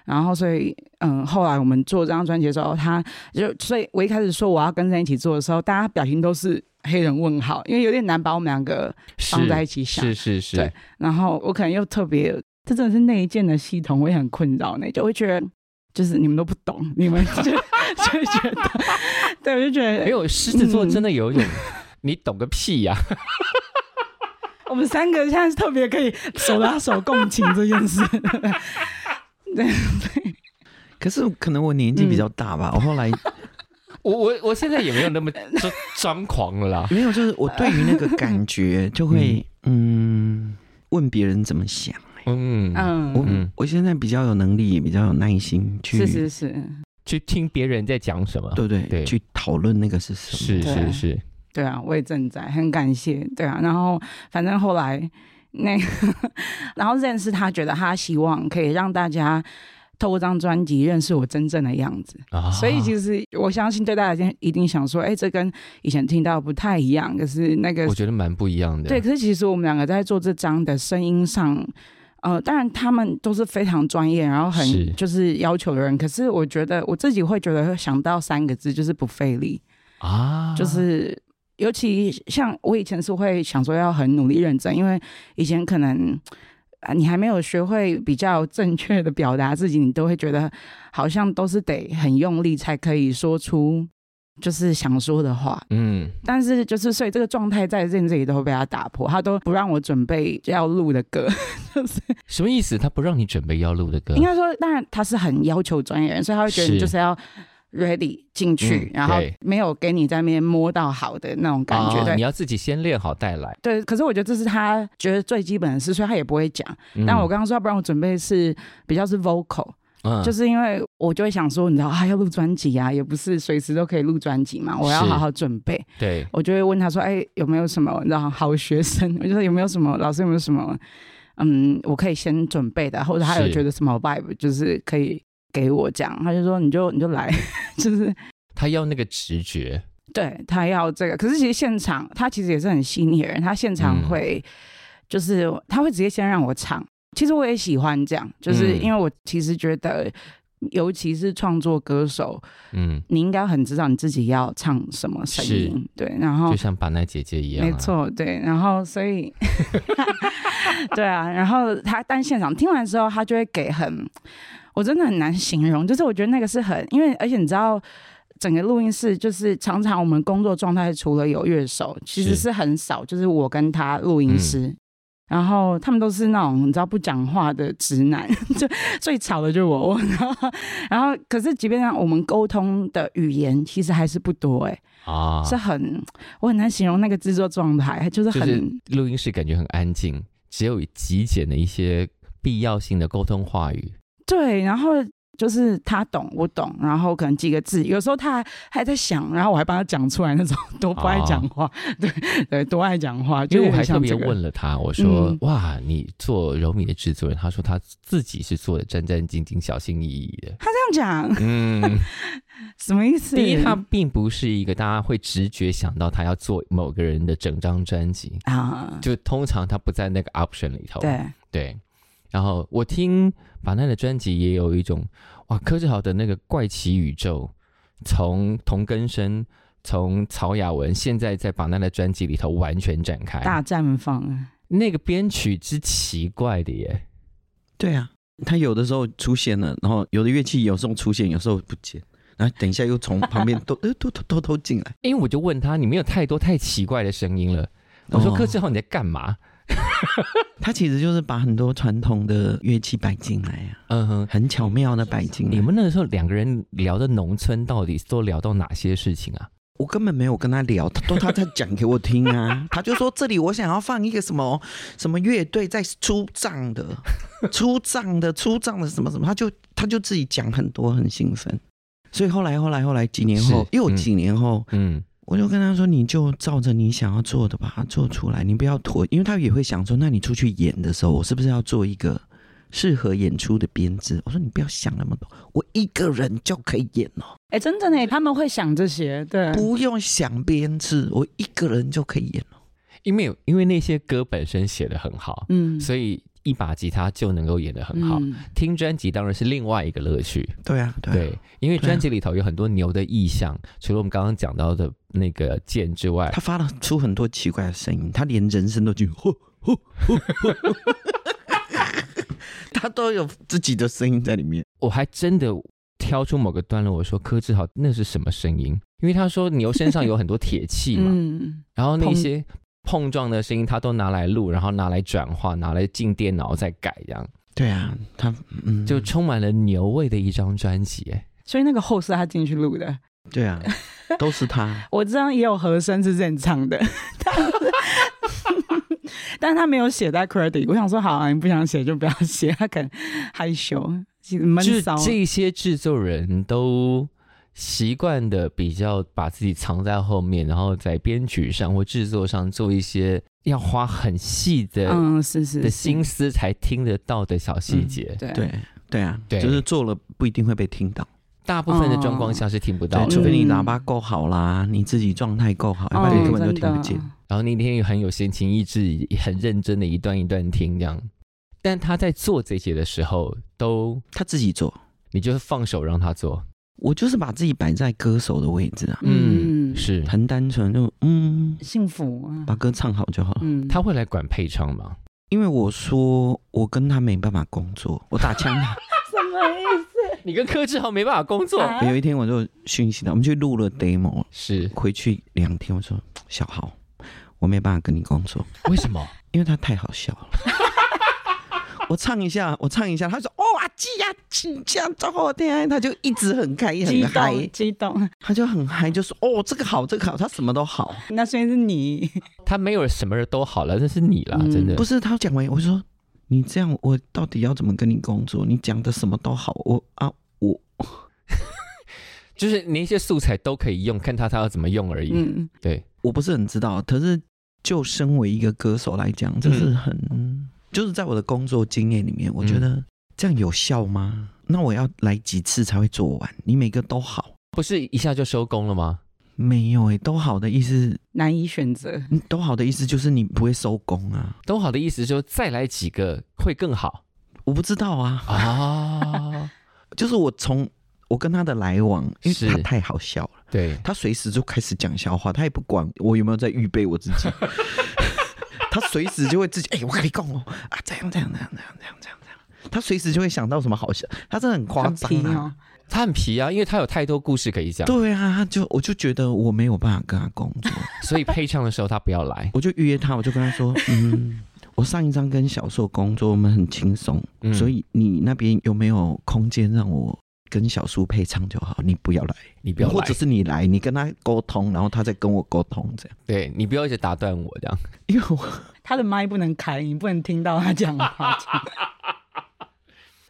Speaker 2: 然后所以嗯，后来我们做这张专辑的时候，他就所以我一开始说我要跟人一起做的时候，大家表情都是黑人问号，因为有点难把我们两个放在一起想
Speaker 1: 是。是是
Speaker 2: 对
Speaker 1: 是，
Speaker 2: 然后我可能又特别，这真的是内建的系统，我也很困扰呢，就会觉得就是你们都不懂，你们就 就会觉得，对，我就觉
Speaker 1: 没
Speaker 2: 得
Speaker 1: 有狮子座
Speaker 2: 嗯
Speaker 1: 真的有 一种，你懂个屁呀、
Speaker 2: 我们三个现在是特别可以手拉手共情这件事。
Speaker 3: 可是可能我年纪
Speaker 1: 嗯
Speaker 3: 比较大吧，我后 来。
Speaker 1: 我我我现在也没有那 么张张狂了啦
Speaker 3: 没有，就是我对于那个感觉就会嗯问别人怎么想。
Speaker 1: 嗯嗯，
Speaker 3: 我、
Speaker 2: 嗯，
Speaker 1: 嗯
Speaker 3: 我现在比较有能力，也比较有耐心去，
Speaker 2: 是是是，
Speaker 1: 去听别人在讲什么。
Speaker 3: 对不对？
Speaker 1: 对
Speaker 3: 去讨论那个是什么。
Speaker 1: 是
Speaker 2: 对
Speaker 1: 是是，
Speaker 2: 对啊，我也正在，很感谢。对啊，然后反正后来那个，然后认识他，觉得他希望可以让大家透过这张专辑认识我真正的样子。
Speaker 1: 啊
Speaker 2: 所以其实我相信对大家一定一定想说，哎、这跟以前听到不太一样，可是那个
Speaker 1: 我觉得蛮不一样的。
Speaker 2: 对，，可是其实我们两个在做这张的声音上。呃，当然他们都是非常专业，然后很
Speaker 1: 是
Speaker 2: 就是要求的人。可是我觉得我自己会觉得会想到三个字，就是不费力。
Speaker 1: 啊，
Speaker 2: 就是尤其像我以前是会想说要很努力认真，因为以前可能。啊，你还没有学会比较正确的表达自己，你都会觉得好像都是得很用力才可以说出就是想说的话。
Speaker 1: 嗯，
Speaker 2: 但是就是所以这个状态在认这里都会被他打破，他都不让我准备要录的歌。
Speaker 1: 嗯什么意思？他不让你准备要录的歌
Speaker 2: 应，该说，当然他是很要求专业人，所以他会觉得
Speaker 1: 是
Speaker 2: 你就是要 ready 进
Speaker 1: 嗯，
Speaker 2: 去然后
Speaker 1: 对
Speaker 2: 没有给你在那边摸到好的那种感觉。
Speaker 1: 啊
Speaker 2: 对
Speaker 1: 你，要自己先练好带来。
Speaker 2: 对，可是我觉得这是他觉得最基本的事，所以他也不会讲。
Speaker 1: 嗯
Speaker 2: 但我刚刚说，要不然我准备是比较是 vocal，
Speaker 1: 嗯，
Speaker 2: 就是是因为我就会想说，你知道啊，要录专辑啊，也不是随时都可以录专辑嘛，我要
Speaker 1: 是
Speaker 2: 好好准备。
Speaker 1: 对，
Speaker 2: 我就会问他说：“哎，有没有什么你知道好学生？我就说有没有什么老师有没有什么嗯，我可以先准备的，或者他有
Speaker 1: 是
Speaker 2: 觉得什么 vibe 就是可以给我这样。”他就说：“你就你就来， 就是
Speaker 1: 他要那个直觉，
Speaker 2: 对他要这个。”可是其实现场他其实也是很细腻的人，他现场
Speaker 1: 嗯
Speaker 2: 会、就是他会直接先让我唱。其实我也喜欢这样，就是
Speaker 1: 嗯
Speaker 2: 因为我其实觉得，尤其是创作歌手，
Speaker 1: 嗯，
Speaker 2: 你应该很知道你自己要唱什么声
Speaker 1: 是
Speaker 2: 音，对，然后
Speaker 1: 就像板奈姐姐一样、啊，
Speaker 2: 哦没，错，对，然后所以， 对啊，然后他但现场听完之后，他就会给很，我真的很难形容，就是我觉得那个是很，因为而且你知道。整个录音室就是常常我们工作状态，除了有乐手，其实
Speaker 1: 是嗯
Speaker 2: 是很少，就是我跟他录音师，然后他们都是那种你知道不讲话的直男， 就最吵的就是我， 然后然后可是即便这样，我们沟通的语言其实还是不多哎、
Speaker 1: 啊，
Speaker 2: 是很，我很难形容那个制作状态，就是
Speaker 1: 就
Speaker 2: 很、
Speaker 1: 是录音室感觉很安静，只有极简的一些必要性的沟通话语，
Speaker 2: 对，然后就是他懂我懂，然后可能几个字，有时候他还还在想，然后我还帮他讲出来那种，多不爱讲话， 对对，多爱讲话，
Speaker 1: 哦因为
Speaker 2: 就
Speaker 1: 我还
Speaker 2: 很像
Speaker 1: 特别
Speaker 2: 这个
Speaker 1: 问了他，我说：“
Speaker 2: 嗯
Speaker 1: 哇，你做柔米的制作人？”他说他自己是做的战战兢兢、小心翼翼 的。
Speaker 2: 这样讲
Speaker 1: 嗯，
Speaker 2: 什么意思？
Speaker 1: 第一，他并不是一个大家会直觉想到他要做某个人的整张专辑，
Speaker 2: 啊，
Speaker 1: 就通常他不在那个 option 里头。
Speaker 2: 对，
Speaker 1: 对然后我听把奈的专辑也有一种哇，柯志豪的那个怪奇宇宙，从童根生，从曹雅文，现在在把奈的专辑里头完全展开。
Speaker 2: 大绽放，啊
Speaker 1: 那个编曲之奇怪的耶。
Speaker 3: 对啊，他有的时候出现了，然后有的乐器有时候出现，有时候不见，然后等一下又从旁边 偷偷偷偷偷进来。
Speaker 1: 因为我就问他，你没有太多太奇怪的声音了。我说
Speaker 3: 哦
Speaker 1: 柯志豪你在干嘛？
Speaker 3: 他其实就是把很多传统的乐器摆进来啊，
Speaker 1: 嗯哼，
Speaker 3: 很巧妙的摆进来。
Speaker 1: 你们那个时候两个人聊的农村到底都聊到哪些事情啊？
Speaker 3: 我根本没有跟他聊，他都他在讲给我听 啊，他就说这里我想要放一个什么什么乐队在出账的，出账的出账的什么什么，他就他就自己讲很多，很兴奋。所以后来后来后来几年后
Speaker 1: 是，
Speaker 3: 又
Speaker 1: 嗯
Speaker 3: 几年后，
Speaker 1: 嗯，
Speaker 3: 我就跟他说，你就照着你想要做的把它做出来，你不要拖，因为他也会想说，那你出去演的时候，我是不是要做一个适合演出的编制？我说你不要想那么多，我一个人就可以演哦，
Speaker 2: 哎、真的呢，他们会想这些，对，
Speaker 3: 不用想编制，我一个人就可以演哦。
Speaker 1: 因为因为那些歌本身写的很好，
Speaker 2: 嗯，
Speaker 1: 所以一把吉他就能够演得很好。
Speaker 2: 嗯
Speaker 1: 听专辑当然是另外一个乐趣，
Speaker 3: 对啊，对啊
Speaker 1: 对，因为
Speaker 3: 对啊
Speaker 1: 专辑里头有很多牛的意象，除了我们刚刚讲到的那个剑之外，
Speaker 3: 他发了出很多奇怪的声音，他连人声都去吼吼吼吼，他都有自己的声音在里面。
Speaker 1: 我还真的挑出某个段落，我说柯志豪那是什么声音？因为他说牛身上有很多铁器嘛，
Speaker 2: 嗯，
Speaker 1: 然后那
Speaker 2: 碰
Speaker 1: 些碰撞的声音，他都拿来录，然后拿来转化，拿来进电脑再改，这样
Speaker 3: 对啊，他嗯，
Speaker 1: 就充满了牛味的一张专辑。哎
Speaker 2: 所以那个后是他进去录的，
Speaker 3: 对啊，都是 他。
Speaker 2: 我知道也有和声是正唱的， 但是但是他没有写在 credit。我想说，好、啊，你不想写就不要写，他可能害羞，其实闷
Speaker 1: 就是
Speaker 2: 骚。
Speaker 1: 这些制作人都习惯的比较把自己藏在后面，然后在编曲上或制作上做一些要花很细的、
Speaker 2: 嗯，是是
Speaker 1: 的
Speaker 2: 是
Speaker 1: 心思才听得到的小细
Speaker 3: 嗯
Speaker 1: 节。
Speaker 2: 对
Speaker 3: 对对啊，
Speaker 1: 对
Speaker 3: 就是做了不一定会被听到，
Speaker 1: 大部分的状况下是听不到
Speaker 3: 哦
Speaker 1: 的。
Speaker 3: 对，除非你
Speaker 2: 嗯
Speaker 3: 喇叭够好啦，你自己状态够好，要不
Speaker 2: 哦
Speaker 3: 然你
Speaker 1: 对
Speaker 3: 根本
Speaker 2: 真
Speaker 3: 就
Speaker 2: 的
Speaker 3: 听不见。
Speaker 1: 然后那天很有闲情逸致，很认真的一段一段听这样。但他在做这些的时候，都
Speaker 3: 他自己做，
Speaker 1: 你就是放手让他做，
Speaker 3: 我就是把自己摆在歌手的位置啊，
Speaker 1: 嗯
Speaker 2: 嗯，
Speaker 1: 是
Speaker 3: 很单纯，就嗯，
Speaker 2: 幸福啊
Speaker 3: 把，歌唱好就好了。
Speaker 2: 嗯，
Speaker 1: 他会来管配唱吗？
Speaker 3: 因为我说我跟他没办法工作，我打枪 他。
Speaker 2: 什么意思？
Speaker 1: 你跟柯志豪没办法工作，
Speaker 2: 啊
Speaker 3: 有一天我就讯息他，我们去录了 demo，
Speaker 1: 是
Speaker 3: 回去两天我说小豪，我没办法跟你工作，
Speaker 1: 为什么？
Speaker 3: 因为他太好 笑了。我唱一下，我唱一下，他说哦阿基呀，你这样超好听，啊他就一直很开
Speaker 2: 激
Speaker 3: 很嗨
Speaker 2: 动，，激动，
Speaker 3: 他就很嗨，就说哦这个好这个好，他什么都好。
Speaker 2: 那虽然是你，
Speaker 1: 他没有什么人都好了，那是你啦，
Speaker 2: 嗯
Speaker 1: 真的
Speaker 3: 不是他讲完，我就说你这样我到底要怎么跟你工作？你讲的什么都好，我啊我
Speaker 1: 就是那些素材都可以用，看他他要怎么用而已。
Speaker 2: 嗯，
Speaker 1: 对，
Speaker 3: 我不是很知道，可是就身为一个歌手来讲，这是很、就是在我的工作经验里面，我觉得这样有效吗？那我要来几次才会做完？你每个都好
Speaker 1: 不是一下就收工了吗？
Speaker 3: 没有、欸？哎，都好的意思，
Speaker 2: 难以选择。
Speaker 3: 嗯都好的意思就是你不会收工啊？
Speaker 1: 都好的意思就是再来几个会更好
Speaker 3: 我不知道啊，
Speaker 1: 啊。
Speaker 3: 就是我从我跟他的来往，因
Speaker 1: 是
Speaker 3: 为他太好笑了，
Speaker 1: 对，
Speaker 3: 他随时就开始讲笑话，他也不管我有没有在预备我自己，他随时就会自己，哎、我跟你讲哦，啊，这样这样这样这样这样这样这样，他随时就会想到什么好笑，他真的很夸
Speaker 2: 好
Speaker 3: 张
Speaker 2: 皮
Speaker 3: 啊，
Speaker 2: 哦，
Speaker 1: 他很皮啊，因为他有太多故事可以讲，
Speaker 3: 对啊，他就我就觉得我没有办法跟他工作，
Speaker 1: 所以配唱的时候他不要来。
Speaker 3: 我就预约他，我就跟他说，嗯。我上一张跟小硕工作，我们很轻松，
Speaker 1: 嗯
Speaker 3: 所以你那边有没有空间让我跟小叔配唱就好？你不要来。
Speaker 1: 你不要
Speaker 3: 或
Speaker 1: 来
Speaker 3: 者，是你来，你跟他沟通，然后他再跟我沟通，这样。
Speaker 1: 对你不要一直打断我这样。
Speaker 3: 因为我，
Speaker 2: 他的麦不能开，你不能听到他讲话。这 样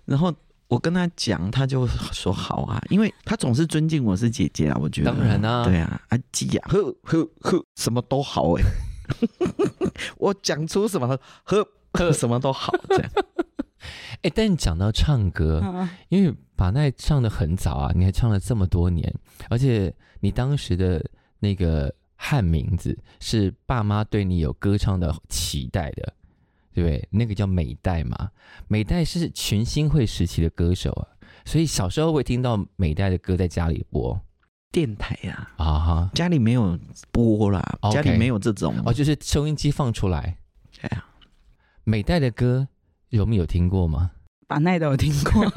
Speaker 3: 然后我跟他讲，他就说好啊，因为他总是尊敬我是姐姐啊，我觉得。
Speaker 1: 当然啊
Speaker 3: 对啊，阿基啊，呵呵呵，什么都好哎、 我讲出什么呵呵什么都好 这样。
Speaker 1: 哎，但讲到唱歌，
Speaker 2: 嗯
Speaker 1: 因为把奈唱的很早啊，你还唱了这么多年，而且你当时的那个汉名字是爸妈对你有歌唱的期待的，对不对？那个叫美代嘛，美代是群星会时期的歌手啊，所以小时候会听到美代的歌在家里播
Speaker 3: 电台啊，
Speaker 1: 啊哈，
Speaker 3: 家里没有播啦
Speaker 1: OK
Speaker 3: 家里没有这种。
Speaker 1: 哦，就是收音机放出来
Speaker 3: 对啊，
Speaker 1: 美代的歌，柔米有听过吗？
Speaker 2: 把奈都有听过，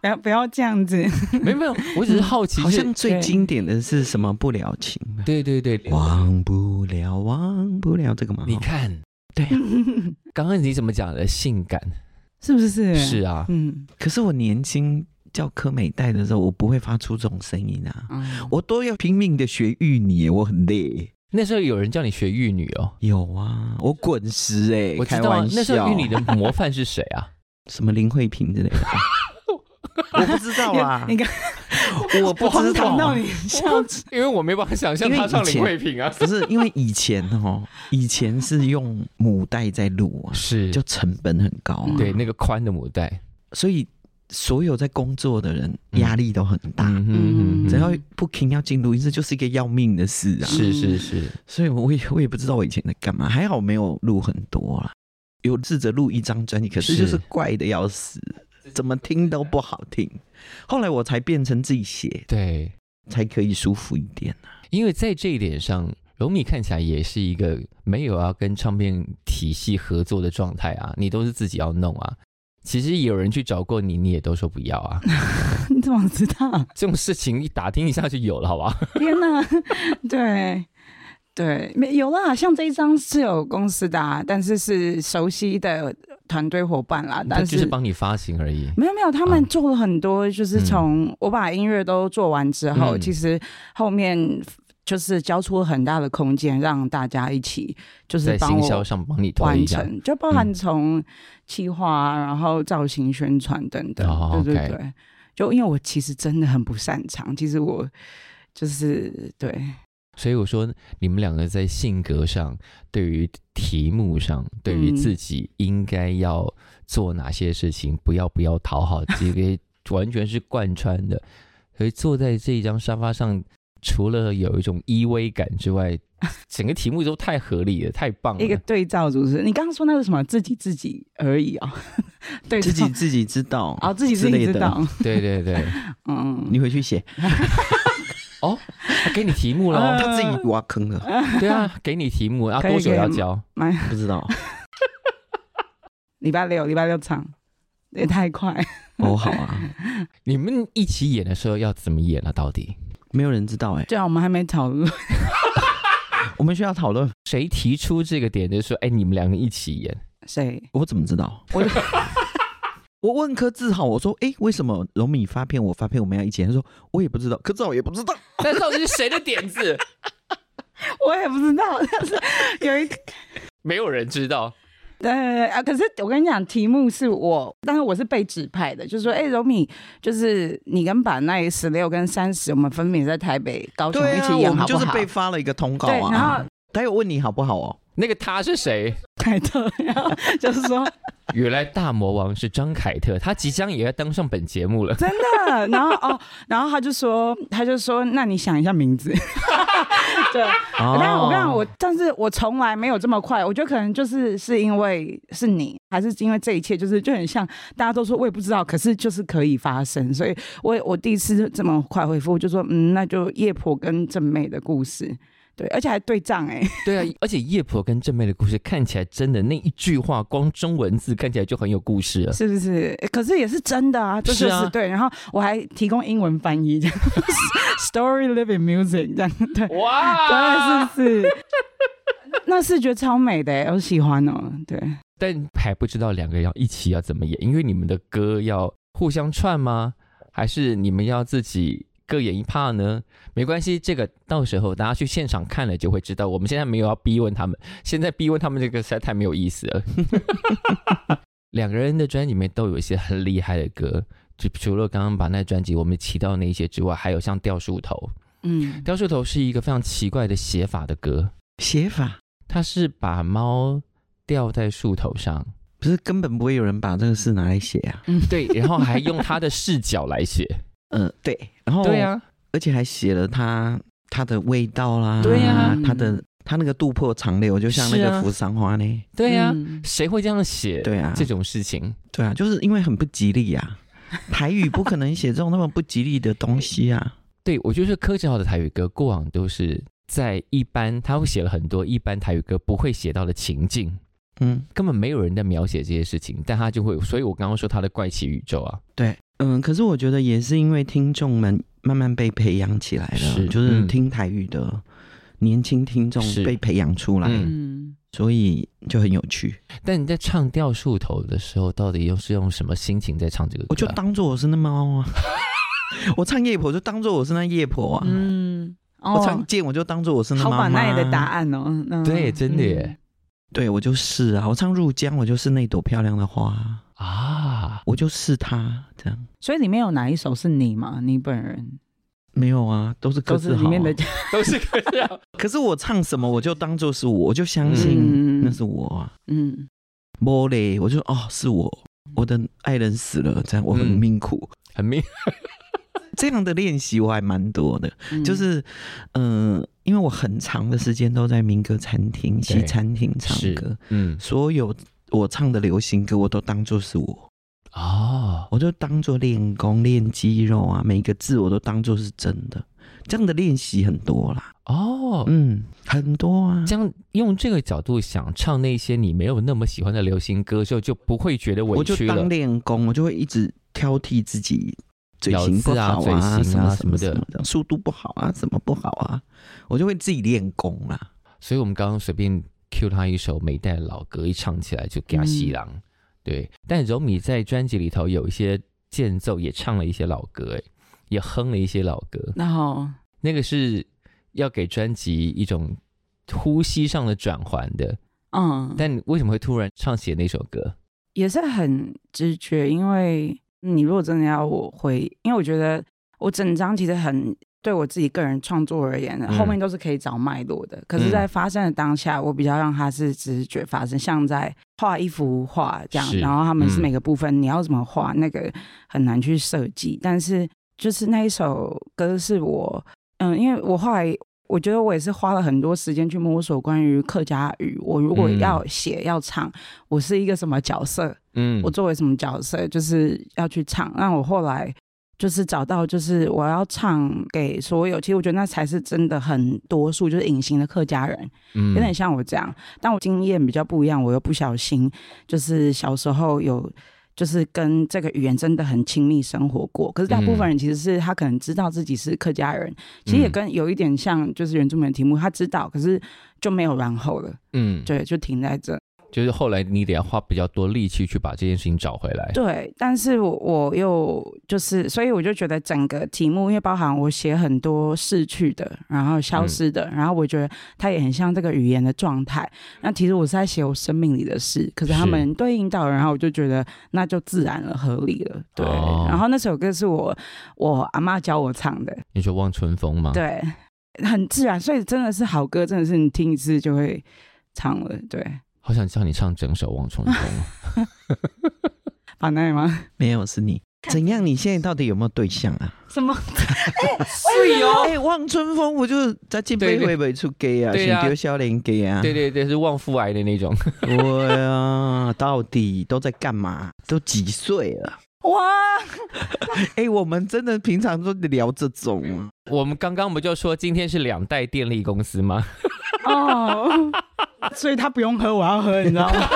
Speaker 2: 不要不要这样子。
Speaker 1: 没有没有，我只是好奇
Speaker 3: 好
Speaker 1: 是，
Speaker 3: 像最
Speaker 2: 对
Speaker 3: 经典的是什么不了情啊，
Speaker 1: 对对对，
Speaker 3: 忘不了，忘不了这个吗？
Speaker 1: 你看
Speaker 3: 对啊，
Speaker 1: 刚刚你怎么讲的性感？
Speaker 2: 是不是？
Speaker 1: 是，啊，
Speaker 2: 嗯，
Speaker 3: 可是我年轻叫科美代的时候，我不会发出这种声音啊，
Speaker 2: 嗯
Speaker 3: 我都要拼命的学玉女，我很累。
Speaker 1: 那时候有人叫你学玉女哦，
Speaker 3: 有啊，我滚石哎、
Speaker 1: 我知
Speaker 3: 开
Speaker 1: 道啊
Speaker 3: 玩笑。
Speaker 1: 那时候玉女的模范是谁 啊？
Speaker 3: 什么林慧萍之类的吧， 我不知道啊，
Speaker 2: 你看，
Speaker 3: 我不
Speaker 2: 荒
Speaker 3: 知
Speaker 2: 唐到
Speaker 3: 道。啊
Speaker 1: 啊
Speaker 2: 你笑死。
Speaker 1: 因为我没办法想
Speaker 3: 象她唱林慧
Speaker 1: 萍啊。
Speaker 3: 不是因为以前哦，以前是用母带在录啊，
Speaker 1: 是，
Speaker 3: 就成本很高啊，
Speaker 2: 嗯
Speaker 1: 对那个宽的母带，
Speaker 3: 所以所有在工作的人压力都很大，
Speaker 1: 嗯哼
Speaker 2: 嗯
Speaker 3: 只要不停要进录音室，就是一个要命的事啊。
Speaker 1: 是是是，
Speaker 3: 所以我也我也不知道我以前在干嘛，还好没有录很多啦，有试着录一张专辑，可是
Speaker 1: 是
Speaker 3: 就是怪的要死，怎么听都不好听。后来我才变成自己写，
Speaker 1: 对，
Speaker 3: 才可以舒服一点啊。
Speaker 1: 因为在这一点上，柔米看起来也是一个没有要跟唱片体系合作的状态啊，你都是自己要弄啊。其实有人去找过你，你也都说不要 啊。
Speaker 2: 你怎么知道？
Speaker 1: 这种事情一打听一下就有了，好吧？
Speaker 2: 天哪， 对。对，没有啦，像这一张是有公司的、啊，但是是熟悉的团队伙伴啦，
Speaker 1: 他
Speaker 2: 但
Speaker 1: 就是帮你发行而已。
Speaker 2: 没有没有，他
Speaker 1: 啊
Speaker 2: 们做了很多，就是从我把音乐都做完之后，
Speaker 1: 嗯
Speaker 2: 其实后面就是交出了很大的空间，让大家一起就是
Speaker 1: 在
Speaker 2: 帮
Speaker 1: 行销
Speaker 2: 我
Speaker 1: 上帮你推一
Speaker 2: 完
Speaker 1: 下，
Speaker 2: 成，就包含从企划啊、然后造型、宣传等等，
Speaker 1: 哦
Speaker 2: 对对
Speaker 1: OK
Speaker 2: 对。就因为我其实真的很不擅长，其实我就是对，
Speaker 1: 所以我说你们两个在性格上，对于题目上，对于
Speaker 2: 嗯
Speaker 1: 自己应该要做哪些事情，不要不要讨好，这个完全是贯穿的。所以坐在这一张沙发上，除了有一种依偎感之外，整个题目都太合理了，太棒
Speaker 2: 一个
Speaker 1: 了。
Speaker 2: 对照组织。你刚刚说那是什么？自己自己而已哦， 对照
Speaker 3: 自己自己知道
Speaker 2: 哦，自己自
Speaker 3: 之
Speaker 2: 己
Speaker 3: 类
Speaker 2: 知
Speaker 3: 的
Speaker 2: 道，
Speaker 1: 对对对，
Speaker 2: 嗯，
Speaker 3: 你回去写，哦
Speaker 1: 他给你题目
Speaker 2: 呃
Speaker 1: 了，
Speaker 3: 他自己挖坑了，
Speaker 1: 对啊，给你题目，然后
Speaker 2: 可以
Speaker 1: 多久
Speaker 2: 可以
Speaker 1: 要交？
Speaker 2: 蛮
Speaker 3: 不知道。
Speaker 2: 礼拜六礼拜六唱，也太快，
Speaker 3: 哦，好啊，
Speaker 1: 你们一起演的时候要怎么演啊？到底
Speaker 3: 没有人知道哎、
Speaker 2: 对啊，我们还没讨论，
Speaker 3: 我们需要讨论。
Speaker 1: 谁提出这个点，就说哎，你们两个一起演。
Speaker 2: 谁？
Speaker 3: 我怎么知道？
Speaker 2: 我
Speaker 3: 我问柯志豪，我说，哎、为什么荣米发片，我发片，我们要一起？他说，我也不知道，柯志豪也不知道。
Speaker 1: 那到底是谁的点 子？
Speaker 2: 我也不知道，但是有一
Speaker 1: 没有人知道。
Speaker 2: 呃啊，可是我跟你讲，题目是我，但是我是被指派的，就是说，哎、柔米，就是你跟板奈十六跟三十，我们分别在台北、高雄
Speaker 3: 对
Speaker 2: 哦一
Speaker 3: 啊，
Speaker 2: 起演，
Speaker 3: 我们
Speaker 2: 好不
Speaker 3: 就是
Speaker 2: 好？
Speaker 3: 被发了一个通告
Speaker 2: 对，然后
Speaker 3: 啊。他有问你好不好哦？
Speaker 1: 那个他是谁？
Speaker 2: 凯特，然后就是说
Speaker 1: 原来大魔王是张凯特，他即将也要登上本节目了。
Speaker 2: 真的，然后哦，然后他就说，他就说，那你想一下名字， 对。
Speaker 1: 啊
Speaker 2: 但我跟
Speaker 3: 哦
Speaker 2: 你讲，我但是我从来没有这么快，我觉得可能就是是因为是你，还是因为这一切就是就很像大家都说我也不知道，可是就是可以发生，所以我我第一次这么快回复，我就说嗯，那就夜婆跟正妹的故事，对，而且还对仗哎、
Speaker 1: 对啊，而且叶婆跟正妹的故事看起来真的那一句话，光中文字看起来就很有故事了。
Speaker 2: 是不是？可是也是真的啊，这就是
Speaker 1: 啊
Speaker 2: 对，然后我还提供英文翻译这样，story living music 这样，对，
Speaker 1: 哇！
Speaker 2: 对，是不是？那视觉超美的、欸，我喜欢哦、对。
Speaker 1: 但还不知道两个人要一起要怎么演，因为你们的歌要互相串吗？还是你们要自己各演一 part 呢？没关系，这个到时候大家去现场看了就会知道。我们现在没有要逼问他们，现在逼问他们这个实在太没有意思了。 两个人的专辑里面都有一些很厉害的歌，就除了刚刚把那专辑我们提到的那一些之外，还有像《掉树头》，
Speaker 2: 嗯
Speaker 1: 《掉树头》是一个非常奇怪的写法的歌，
Speaker 3: 写法
Speaker 1: 它是把猫吊在树头上，
Speaker 3: 不是根本不会有人把这个事拿来写啊。
Speaker 2: 嗯，
Speaker 1: 对，然后还用他的视角来写。哦
Speaker 3: 嗯，对，然后
Speaker 1: 对啊呀、
Speaker 3: 而且还写了它它的味道啦，
Speaker 1: 对呀
Speaker 3: 它的它那个渡破长流，就像那
Speaker 1: 是
Speaker 3: 个
Speaker 1: 啊
Speaker 3: 扶桑花呢，
Speaker 1: 对呀、
Speaker 2: 嗯
Speaker 1: 谁会这样写
Speaker 3: 对啊，
Speaker 1: 这种事情？
Speaker 3: 对啊，就是因为很不吉利呀、啊， 台语不可能写这种那么不吉利的东西啊。
Speaker 1: 对我就是柯志豪的台语歌，过往都是在一般他会写了很多一般台语歌不会写到的情境，
Speaker 3: 嗯，
Speaker 1: 根本没有人在描写这些事情，但他就会，所以我刚刚说他的怪奇宇宙啊，
Speaker 3: 对，嗯，可是我觉得也是因为听众们慢慢被培养起来了，
Speaker 1: 是
Speaker 3: 就是
Speaker 1: 嗯
Speaker 3: 听台语的年轻听众
Speaker 1: 是
Speaker 3: 被培养出来，
Speaker 1: 嗯
Speaker 2: 嗯，
Speaker 3: 所以就很有趣。
Speaker 2: 啊
Speaker 1: 但你在唱《掉树头》的时候，到底又是用什么心情在唱这个歌啊？
Speaker 3: 我就当做我是那猫 啊，我唱夜婆就当做我是那夜婆啊，
Speaker 2: 嗯，哦
Speaker 3: 我唱剑我就当做我是那
Speaker 2: 好
Speaker 3: 妈妈、
Speaker 2: 把奈的答案哦，嗯
Speaker 1: 对真的耶，
Speaker 3: 对我就是啊，我唱入江我就是那朵漂亮的花，
Speaker 1: 啊，
Speaker 3: 我就是它这样。
Speaker 2: 嗯所以里面有哪一首是你吗？你本人
Speaker 3: 没有啊，都是各
Speaker 2: 都
Speaker 3: 自
Speaker 2: 是
Speaker 3: 好、啊。
Speaker 2: 里面的，
Speaker 1: 都是柯志豪。
Speaker 3: 可是我唱什么，我就当做是我，我就相
Speaker 2: 嗯
Speaker 3: 信那是我啊。
Speaker 2: 嗯，
Speaker 3: 莫嘞，我就哦，是我，我的爱人死了，这样我很
Speaker 1: 嗯
Speaker 3: 命苦。
Speaker 1: 很明，
Speaker 3: 这样的练习我还蛮多的，
Speaker 2: 嗯
Speaker 3: 就是嗯、呃因为我很长的时间都在民歌餐厅、西
Speaker 1: 对
Speaker 3: 餐厅唱
Speaker 1: 是
Speaker 3: 歌，
Speaker 1: 嗯，
Speaker 3: 所有我唱的流行歌，我都当做是我。
Speaker 1: 哦，
Speaker 3: 我就当做练功、练肌肉啊，每一个字我都当做是真的。这样的练习很多啦，
Speaker 1: 哦，
Speaker 3: 嗯，很多啊。
Speaker 1: 这样用这个角度想唱那些你没有那么喜欢的流行歌的时候，就不会觉得
Speaker 3: 我
Speaker 1: 委
Speaker 3: 就
Speaker 1: 屈了
Speaker 3: 当。练功，我就会一直挑剔自己嘴型不好
Speaker 1: 咬字啊嘴型
Speaker 3: 什
Speaker 1: 啊
Speaker 3: 么
Speaker 1: 什
Speaker 3: 什
Speaker 1: 么
Speaker 3: 么
Speaker 1: 的
Speaker 3: 什么的，速度不好啊，什么不好啊，我就会自己练功啦。
Speaker 1: 所以我们刚刚随便 cue 他一首美代的老歌，一唱起来就
Speaker 2: 嗯
Speaker 1: 给他吸狼。对，但柔米在专辑里头有一些间奏，也唱了一些老歌，哎，也哼了一些老歌。
Speaker 2: 然后
Speaker 1: 那个是要给专辑一种呼吸上的转换的。
Speaker 2: 嗯，
Speaker 1: 但你为什么会突然唱写那首歌？
Speaker 2: 也是很直觉，因为你如果真的要我回，因为我觉得我整张其实很对我自己个人创作而言，后面都是可以找脉络的。可是，在发生的当下，我比较让它是直觉发生，像在画一幅画这样
Speaker 1: 是，
Speaker 2: 然后他们是
Speaker 1: 嗯
Speaker 2: 每个部分、你要怎么画，那个很难去设计。但是，就是那一首歌是我，嗯，因为我后来。我觉得我也是花了很多时间去摸索关于客家语。我如果
Speaker 1: 嗯
Speaker 2: 要写、要唱，我是一个什么角色？
Speaker 1: 嗯
Speaker 2: 我作为什么角色，就是要去唱。那我后来就是找到，就是我要唱给所有，其实我觉得那才是真的很多数，就是隐形的客家人，
Speaker 1: 嗯
Speaker 2: 有点像我这样。但我经验比较不一样，我又不小心，就是小时候有。就是跟这个语言真的很亲密生活过，可是大
Speaker 1: 嗯
Speaker 2: 部分人其实是他可能知道自己是客家人，其实也跟有一点像，就是原住民的题目，他知道，可是就没有然后了。
Speaker 1: 嗯，
Speaker 2: 对，就停在这。
Speaker 1: 就是后来你得要花比较多力气去把这件事情找回来。
Speaker 2: 对，但是我我又就是，所以我就觉得整个题目，因为包含我写很多逝去的，然后消
Speaker 1: 嗯
Speaker 2: 失的，然后我觉得它也很像这个语言的状态。那其实我是在写我生命里的事，可是他
Speaker 1: 嗯是
Speaker 2: 们对应到，然后我就觉得那就自然了，合理了。对，
Speaker 1: 哦
Speaker 2: 然后那首歌是我我阿妈教我唱的，
Speaker 1: 你说望春风吗？，
Speaker 2: 对，很自然，所以真的是好歌，真的是你听一次就会唱了。对，
Speaker 1: 好想叫你唱整首《望春风》哦。
Speaker 2: 把奈吗？
Speaker 3: 没有是你。怎样？你现在到底有没有对象啊？
Speaker 2: 什么？
Speaker 3: 是有哎，望春风，我就是在进
Speaker 1: 对
Speaker 3: 北
Speaker 1: 对
Speaker 3: 回北出 gay 啊，
Speaker 1: 对啊
Speaker 3: 想丢笑脸 gay 啊，
Speaker 1: 对对对，是旺夫癌的那种。
Speaker 3: 对啊，到底都在干嘛？都几岁 了？
Speaker 2: 哇！
Speaker 3: 哎，我们真的平常都聊这种啊，
Speaker 1: 我们刚刚不就说今天是两代电力公司吗？
Speaker 2: 哦， 所以他不用喝，我要喝，你知道吗？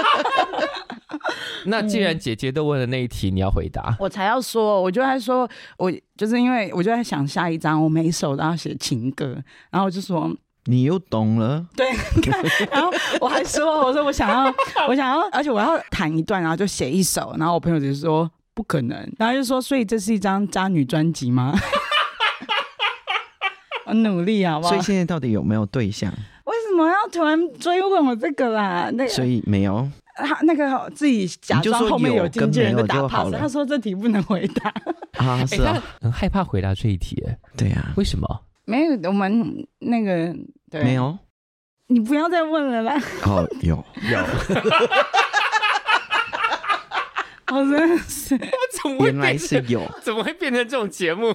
Speaker 1: 那既然姐姐都问了那一题，你要回答。
Speaker 2: 我才要说，我就在说，我就是因为我就在想下一章，我每一首都要写情歌，然后我就说，
Speaker 3: 你又懂了。
Speaker 2: 对，你看，然后我还说，我说我想要，我想要，而且我要弹一段，然后就写一首，然后我朋友就说不可能，然后就说，所以这是一张渣女专辑吗？ 我努力好
Speaker 1: 啊
Speaker 2: 不好？
Speaker 3: 所以
Speaker 2: 为
Speaker 3: 现在到底有没有对象？
Speaker 2: 什么要突然追问我这个啦？那个
Speaker 1: 啊
Speaker 3: 所以没有。
Speaker 2: 他那个自己假
Speaker 3: 你就
Speaker 2: 装
Speaker 3: 说
Speaker 2: 后面
Speaker 3: 有
Speaker 2: 有经纪人的
Speaker 3: 跟没有
Speaker 2: 打
Speaker 3: 就好
Speaker 2: pass，
Speaker 3: 了
Speaker 2: 他说这题不能回答。
Speaker 3: 啊，
Speaker 1: 哎
Speaker 3: 是啊，
Speaker 1: 她很害怕回答这一题，哎
Speaker 3: 对啊，
Speaker 1: 为什么？
Speaker 2: 没有，我们那个对
Speaker 3: 没，有，
Speaker 2: 你不要再问了啦，
Speaker 3: 哦， 有有，
Speaker 2: 我真的是
Speaker 1: 怎么
Speaker 3: 原来是有，
Speaker 1: 怎么会变成这种节目？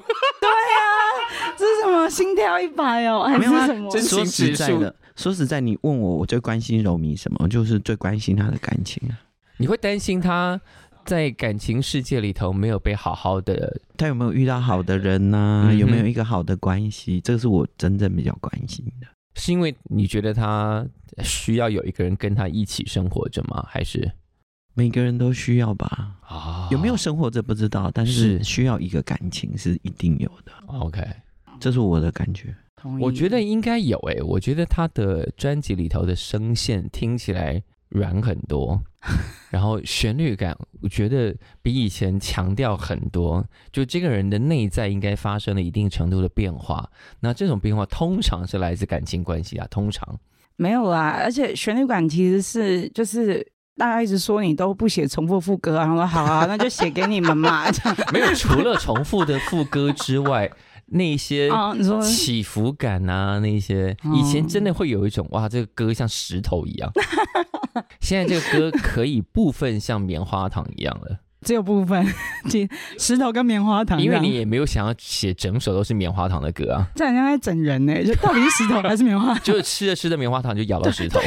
Speaker 2: 这是什么心跳一百哦，还
Speaker 3: 没
Speaker 2: 是
Speaker 3: 有啊
Speaker 2: 什么？
Speaker 1: 真
Speaker 3: 说实在的，说实在，你问我，我最关心柔米什么？我就是最关心她的感情啊，
Speaker 1: 你会担心她在感情世界里头没有被好好的
Speaker 3: 她有没有遇到好的人呐、
Speaker 1: 嗯哼
Speaker 3: 有没有一个好的关系？这是我真正比较关心的。
Speaker 1: 是因为你觉得他需要有一个人跟他一起生活着吗？还是
Speaker 3: 每个人都需要吧？
Speaker 1: 啊
Speaker 3: 有没有生活这不知道，但是
Speaker 1: 是
Speaker 3: 需要一个感情是一定有的，
Speaker 1: 哦？OK，
Speaker 3: 这是我的感觉。
Speaker 2: 同意
Speaker 1: 我觉得应该有诶、我觉得他的专辑里头的声线听起来软很 多，然后旋律感我觉得比以前强调很多，就这个人的内在应该发生了一定程度的变化。那这种变化通常是来自感情关系啊，通常
Speaker 2: 没有啦，而且旋律感其实是就是。大家一直说你都不写重复副歌啊，然后我说好啊，那就写给你们嘛。 这样
Speaker 1: 没有除了重复的副歌之外，那些
Speaker 2: 哦，你说
Speaker 1: 起伏感啊，那些
Speaker 2: 嗯
Speaker 1: 以前真的会有一种哇，这个歌像石头一样，现在这个歌可以部分像棉花糖一样了，
Speaker 2: 只有部分，其石头跟棉花糖这
Speaker 1: 因
Speaker 2: 样，
Speaker 1: 为你也没有想要写整首都是棉花糖的歌 啊，
Speaker 2: 这很像在整人呢、就到底是石头还是棉花？
Speaker 1: 就是吃着吃着棉花糖就咬到石头，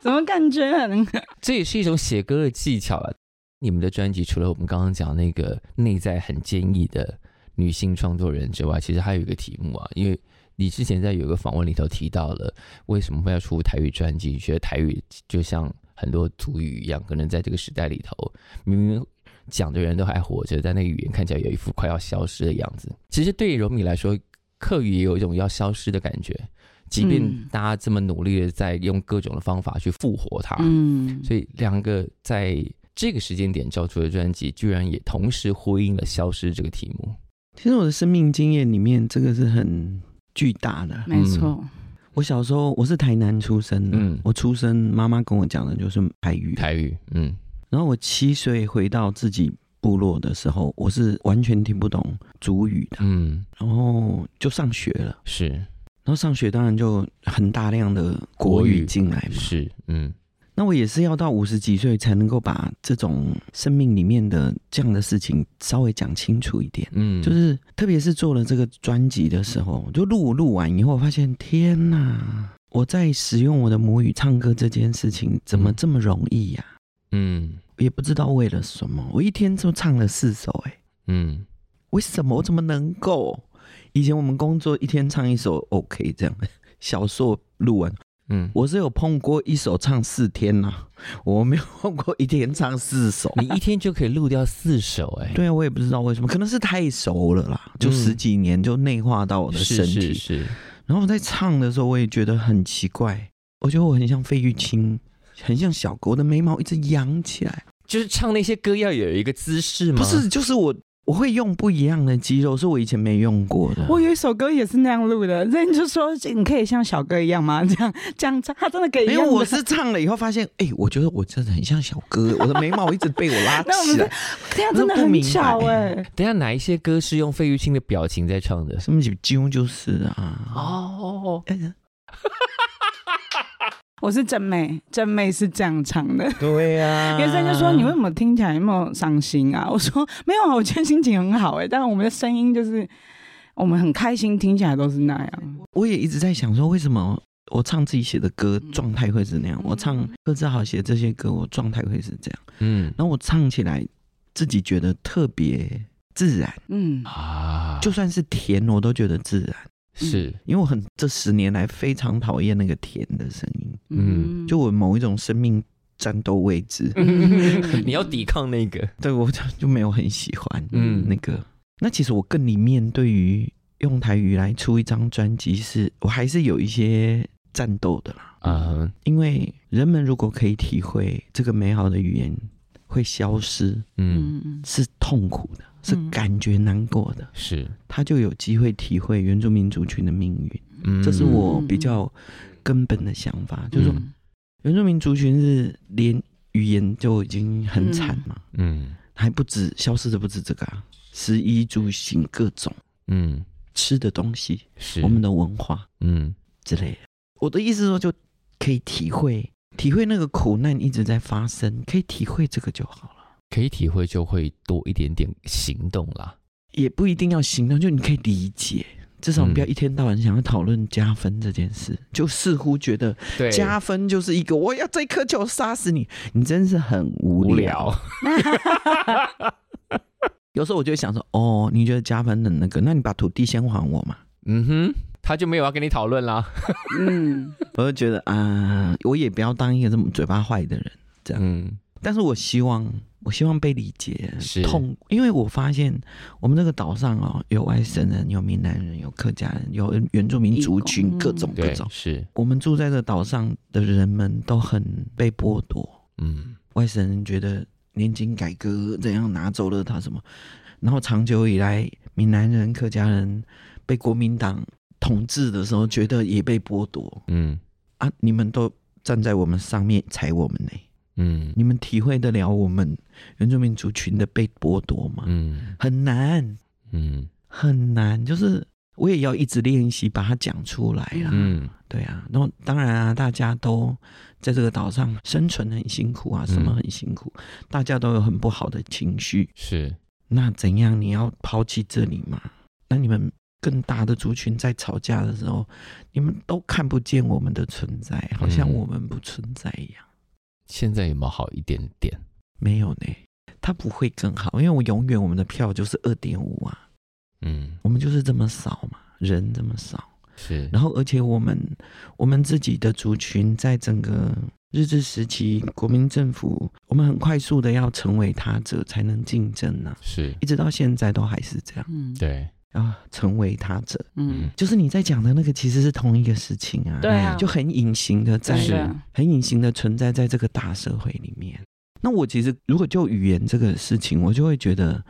Speaker 2: 怎么感觉 很
Speaker 1: 这也是一种写歌的技巧了。你们的专辑除了我们刚刚讲那个内在很坚毅的女性创作人之外，其实还有一个题目啊，因为你之前在有一个访问里头提到了为什么会要出台语专辑，觉得台语就像很多族语一样，可能在这个时代里头，明明讲的人都还活着，但那个语言看起来有一副快要消失的样子。其实对于柔米来说，客语也有一种要消失的感觉，即便
Speaker 2: 嗯
Speaker 1: 大家这么努力的在用各种的方法去复活它，
Speaker 2: 嗯，
Speaker 1: 所以两个在这个时间点交出的专辑，居然也同时呼应了消失这个题目。
Speaker 3: 其实我的生命经验里面，这个是很巨大的。
Speaker 2: 没错，
Speaker 3: 嗯我小时候我是台南出生的，
Speaker 1: 嗯
Speaker 3: 我出生妈妈跟我讲的就是台语，
Speaker 1: 台语，嗯，
Speaker 3: 然后我七岁回到自己部落的时候，我是完全听不懂族语的，
Speaker 1: 嗯，
Speaker 3: 然后就上学了。
Speaker 1: 是
Speaker 3: 然后上学当然就很大量的国
Speaker 1: 国
Speaker 3: 语
Speaker 1: 语
Speaker 3: 进来嘛，
Speaker 1: 是，嗯，
Speaker 3: 那我也是要到五十几岁才能够把这种生命里面的这样的事情稍微讲清楚一点。
Speaker 1: 嗯，
Speaker 3: 就是特别是做了这个专辑的时候，就录录完以后，发现天哪，我在使用我的母语唱歌这件事情怎么
Speaker 1: 嗯
Speaker 3: 这么容易呀、
Speaker 1: 嗯
Speaker 3: 也不知道为了什么，我一天就唱了四首、哎，
Speaker 1: 嗯，
Speaker 3: 为什么我怎么能够？以前我们工作一天唱一首 OK 这样，小硕录完，
Speaker 1: 嗯，
Speaker 3: 我是有碰过一首唱四天呐、我没有碰过一天唱 四首。
Speaker 1: 你一天就可以录掉四首、哎，
Speaker 3: 对啊，我也不知道为什么，可能是太熟了啦，就
Speaker 1: 嗯
Speaker 3: 十几年就内化到我的身
Speaker 1: 是是
Speaker 3: 体。
Speaker 1: 是，
Speaker 3: 然后我在唱的时候，我也觉得很奇怪，我觉得我很像费玉清，很像小狗的眉毛一直扬起来。
Speaker 1: 就是唱那些歌要有一个姿
Speaker 2: 嗯
Speaker 1: 势吗？
Speaker 3: 不是，就是我我会用不一样的肌肉，是我以前没用过的。
Speaker 2: 我有一首歌也是那样录的，那你就说你可以像小哥一样吗？这样这样唱，他真的可以一
Speaker 3: 没
Speaker 2: 样
Speaker 3: 有，
Speaker 2: 的。
Speaker 3: 我是唱了以后发现，哎、我觉得我真的很像小哥，我的眉毛一直被我拉
Speaker 2: 那我们
Speaker 3: 起来，
Speaker 2: 这样真的
Speaker 3: 我都不
Speaker 2: 很
Speaker 3: 明白
Speaker 2: 巧哎、
Speaker 1: 等一下哪一些歌是用费玉清的表情在唱的？
Speaker 3: 什么揪就是啊。
Speaker 1: 哦，
Speaker 3: 哎
Speaker 2: 我是真妹，真妹是这样唱的。
Speaker 3: 对呀、啊，
Speaker 2: 袁生就说：“你为什么听起来那么伤心啊？”我 说：“没有啊，我今天心情很好哎、但我们的声音就是我们很开心，听起来都是那样。
Speaker 3: 我也一直在想说，为什么我唱自己写的歌状态会是那
Speaker 2: 嗯
Speaker 3: 样？我唱贺志豪写这些歌，我状态会是这样。
Speaker 1: 嗯
Speaker 3: 然后我唱起来，自己觉得特别自然，
Speaker 2: 嗯
Speaker 1: 啊，
Speaker 3: 就嗯算是甜，我都觉得自然。
Speaker 1: 是
Speaker 3: 因为我很这十年来非常讨厌那个甜的声音，
Speaker 1: 嗯
Speaker 3: 就我某一种生命战斗位置，
Speaker 2: 嗯
Speaker 1: 你要抵抗那个，
Speaker 3: 对我就就没有很喜欢。
Speaker 1: 嗯
Speaker 3: 那个，那其实我更里面对于用台语来出一张专辑是，我还是有一些战斗的啦。
Speaker 1: 啊，
Speaker 3: 因为人们如果可以体会这个美好的语言会消失，
Speaker 1: 嗯，
Speaker 2: 嗯
Speaker 3: 是痛苦的，是
Speaker 2: 嗯
Speaker 3: 感觉难过的，
Speaker 1: 是，
Speaker 3: 他就有机会体会原住民族群的命运。
Speaker 1: 嗯
Speaker 3: 这是我比较根本的想法，就是说
Speaker 2: 嗯
Speaker 3: 原住民族群是连语言就已经很惨嘛，
Speaker 1: 嗯
Speaker 3: 还不止消失的不止这个啊，食衣住行各种
Speaker 1: 嗯
Speaker 3: 吃的东西，
Speaker 1: 是，
Speaker 3: 我们的文化
Speaker 1: 嗯
Speaker 3: 之类的。我的意思是说，就可以体会体会那个苦难一直在发生，可以体会这个就好了。
Speaker 1: 可以体会就会多一点点行动啦。
Speaker 3: 也不一定要行动，就你可以理解，至少
Speaker 1: 嗯
Speaker 3: 不要一天到晚想要讨论加分这件事，就似乎觉得
Speaker 1: 对
Speaker 3: 加分就是一个我要这一颗球杀死你，你真是很
Speaker 1: 无
Speaker 3: 无聊。
Speaker 1: 聊，
Speaker 3: 有时候我就会想说，哦，你觉得加分的那个，那你把土地先还我嘛。
Speaker 1: 嗯哼，他就没有要跟你讨论啦。
Speaker 2: 嗯
Speaker 3: 我就觉得啊、我也不要当一个这么嘴巴坏的人，
Speaker 1: 嗯
Speaker 3: 但是我希望，我希望被理解
Speaker 1: 是，
Speaker 3: 痛，因为我发现我们这个岛上哦，有外省人，有闽南人，有客家人，有原住民族
Speaker 2: 义
Speaker 3: 群，
Speaker 2: 工
Speaker 3: 各种各
Speaker 1: 对
Speaker 3: 种，。
Speaker 1: 是，
Speaker 3: 我们住在这岛上的人们都很被剥夺，
Speaker 1: 嗯
Speaker 3: 外省人觉得年金改革怎样拿走了他什么，然后长久以来，闽南人、客家人被国民党统治的时候，觉得也被剥夺
Speaker 1: 嗯
Speaker 3: 啊！你们都站在我们上面踩我们呢、
Speaker 1: 嗯
Speaker 3: 你们体会得了我们原住民族群的被剥夺吗？
Speaker 1: 嗯
Speaker 3: 很难，
Speaker 1: 嗯
Speaker 3: 很难，就是我也要一直练习把它讲出来啦。
Speaker 1: 嗯
Speaker 3: 对啊，然后当然啊，大家都在这个岛上生存很辛苦
Speaker 1: 嗯
Speaker 3: 啊，什么很辛苦，大家都有很不好的情绪。
Speaker 1: 是，
Speaker 3: 那怎样？你要抛弃这里吗？那你们更大的族群在吵架的时候，你们都看不见我们的存在，好像
Speaker 1: 嗯
Speaker 3: 我们不存在一样。
Speaker 1: 现在有没有好一点点？
Speaker 3: 没有呢，它不会更好，因为我永远我们的票就是二点五啊，
Speaker 1: 嗯，
Speaker 3: 我们就是这么少嘛，人这么少。
Speaker 1: 是，
Speaker 3: 然后而且我们我们自己的族群在整个日治时期，国民政府我们很快速的要成为他者才能竞争呢、
Speaker 1: 是
Speaker 3: 一直到现在都还是这样
Speaker 2: 嗯
Speaker 1: 对，
Speaker 3: 啊，成为他者，
Speaker 1: 嗯
Speaker 2: 嗯，
Speaker 3: 就是你在讲的那个其实是同一个事情啊，
Speaker 2: 对啊，
Speaker 3: 就很隐形的在
Speaker 2: 对
Speaker 1: 是
Speaker 2: 的
Speaker 3: 很隐形的存在在这个大社会里面。那我其实如果就语言这个事情，我就会觉得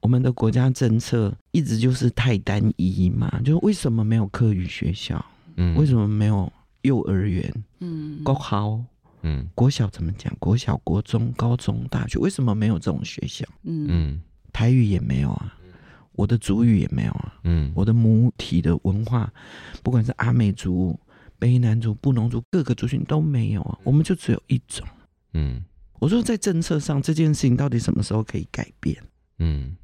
Speaker 3: 我们的国家政策一直就是太单一嘛，就是为什么没有课语学校，
Speaker 1: 嗯，
Speaker 3: 为
Speaker 1: 么？
Speaker 3: 什么没有幼儿园、
Speaker 2: 嗯
Speaker 3: 高考、
Speaker 1: 嗯
Speaker 3: 国小怎么讲？国小、国中、高中、大学，为什么没有这种学校？
Speaker 2: 嗯
Speaker 1: 嗯
Speaker 3: 台语也没有啊，我的主语也没有啊。
Speaker 1: 嗯，
Speaker 3: 我的母体的文化，不管是阿美族、卑南族、布农族，各个族群都没有啊，我们就只有一种。
Speaker 1: 嗯
Speaker 3: 我说在政策上这件事情到底什么时候可以改变？
Speaker 1: 嗯，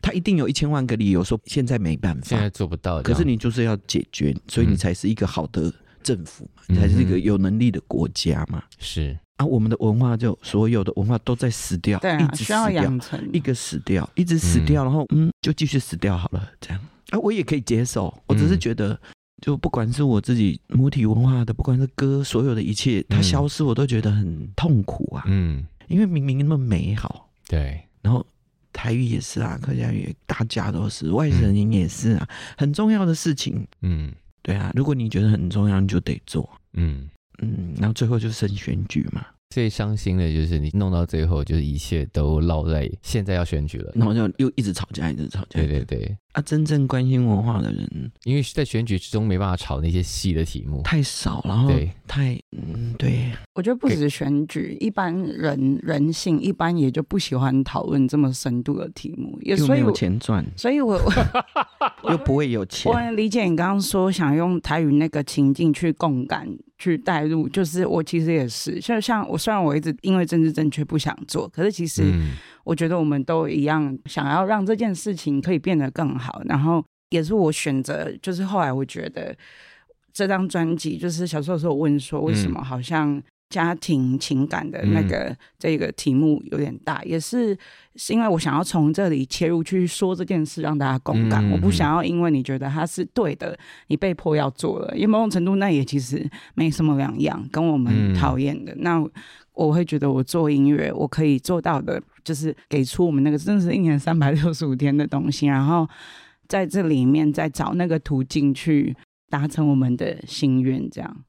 Speaker 3: 他一定有一千万个理由说现在没办
Speaker 1: 现
Speaker 3: 法
Speaker 1: 在，做不到这
Speaker 3: 可
Speaker 1: 样，
Speaker 3: 是你就是要解决，所以
Speaker 1: 嗯
Speaker 3: 你才是一个好的政府嘛，
Speaker 1: 嗯
Speaker 3: 你
Speaker 1: 哼
Speaker 3: 才是一个有能力的国家嘛。
Speaker 1: 是，
Speaker 3: 啊，我们的文化就所有的文化都在死掉，
Speaker 2: 对
Speaker 3: 一
Speaker 2: 啊，
Speaker 3: 直
Speaker 2: 需
Speaker 3: 死
Speaker 2: 要
Speaker 3: 掉
Speaker 2: 养，成
Speaker 3: 一个死掉，一直死掉，然后嗯，就继续死掉好了，这样啊，我也可以接受。我只是
Speaker 1: 嗯
Speaker 3: 觉得，就不管是我自己母体文化的，不管是歌，所有的一切，它
Speaker 1: 嗯
Speaker 3: 消失，我都觉得很痛苦啊，
Speaker 1: 嗯，
Speaker 3: 因为明明那么美好，
Speaker 1: 对，
Speaker 3: 然后。台语也是啊，客家语也大家都是，外省人也是啊，很重要的事情，
Speaker 1: 嗯
Speaker 3: 对啊。如果你觉得很重要，你就得做，
Speaker 1: 嗯
Speaker 3: 嗯。然后最后就剩选举嘛，
Speaker 1: 最伤心的就是你弄到最后，就是一切都落在现在要选举了。
Speaker 3: 然后就又一直吵架，一直吵架。
Speaker 1: 嗯对对对，
Speaker 3: 啊，真正关心文化的人
Speaker 1: 因为在选举之中没办法炒那些细的题目。
Speaker 3: 太少，然后
Speaker 1: 对
Speaker 3: 太嗯，对，
Speaker 2: 我觉得不
Speaker 1: 给
Speaker 2: 止选举，一般人人性一般也就不喜欢讨论这么深度的题目，也
Speaker 3: 又
Speaker 2: 所
Speaker 3: 没
Speaker 2: 以
Speaker 3: 有
Speaker 2: 我
Speaker 3: 钱赚，
Speaker 2: 所以我
Speaker 3: 又不会有钱
Speaker 2: 我。很理解你刚刚说想用台语那个情境去共感、去带入，就是我其实也是，就像我虽然我一直因为政治正确不想做，可是其实
Speaker 1: 嗯，
Speaker 2: 我觉得我们都一样，想要让这件事情可以变得更好。然后也是我选择，就是后来我觉得这张专辑，就是小时候时候问说，为
Speaker 1: 嗯
Speaker 2: 什么好像家庭情感的那个、这个题目有点大，也是是因为我想要从这里切入去说这件事，让大家共感。
Speaker 1: 嗯
Speaker 2: 我不想要因为你觉得它是对的，你被迫要做了，因为某种程度那也其实没什么两样，跟我们
Speaker 1: 嗯
Speaker 2: 讨厌的、那。我会觉得我做音乐，我可以做到的，就是给出我们那个真的是一年三百六十五天的东西，然后在这里面再找那个途径去达成我们的心愿，这样。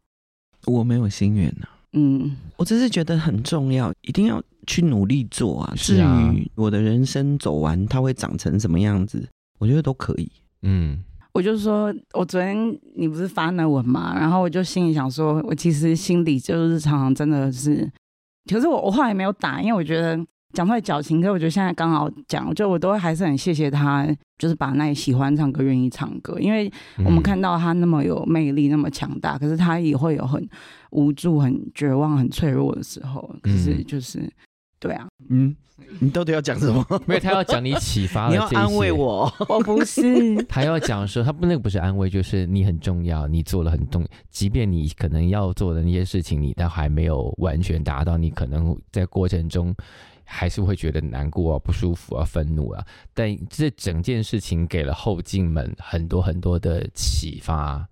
Speaker 3: 我没有心愿呐、
Speaker 2: 嗯，
Speaker 3: 我只是觉得很重要，一定要去努力做啊。
Speaker 1: 是啊
Speaker 3: 至于我的人生走完，它会长成什么样子，我觉得都可以。
Speaker 1: 嗯，
Speaker 2: 我就说，我昨天你不是发那文嘛，然后我就心里想说，我其实心里就是常常真的是，可是我我后来没有打，因为我觉得讲出来矫情，可是我觉得现在刚好讲，就我都还是很谢谢他，就是把那喜欢唱歌、愿意唱歌，因为我
Speaker 1: 嗯
Speaker 2: 们看到他那么有魅力、那么强大，可是他也会有很无助、很绝望、很脆弱的时候。可是
Speaker 1: 嗯
Speaker 2: 就是，对啊，
Speaker 3: 嗯， 你到底要讲什么？
Speaker 1: 没有，他要讲你启发了
Speaker 3: 你
Speaker 1: 这
Speaker 3: 要
Speaker 1: 一些，
Speaker 3: 安慰我。
Speaker 2: 我 不是
Speaker 1: 他要讲说，他不那个不是安慰，就是你很重要，你做了很重，即便你可能要做的那些事情，你都还没有完全达到，你可能在过程中还是会觉得难过啊、不舒服啊、愤怒啊。但这整件事情给了后进们很多很多的启发，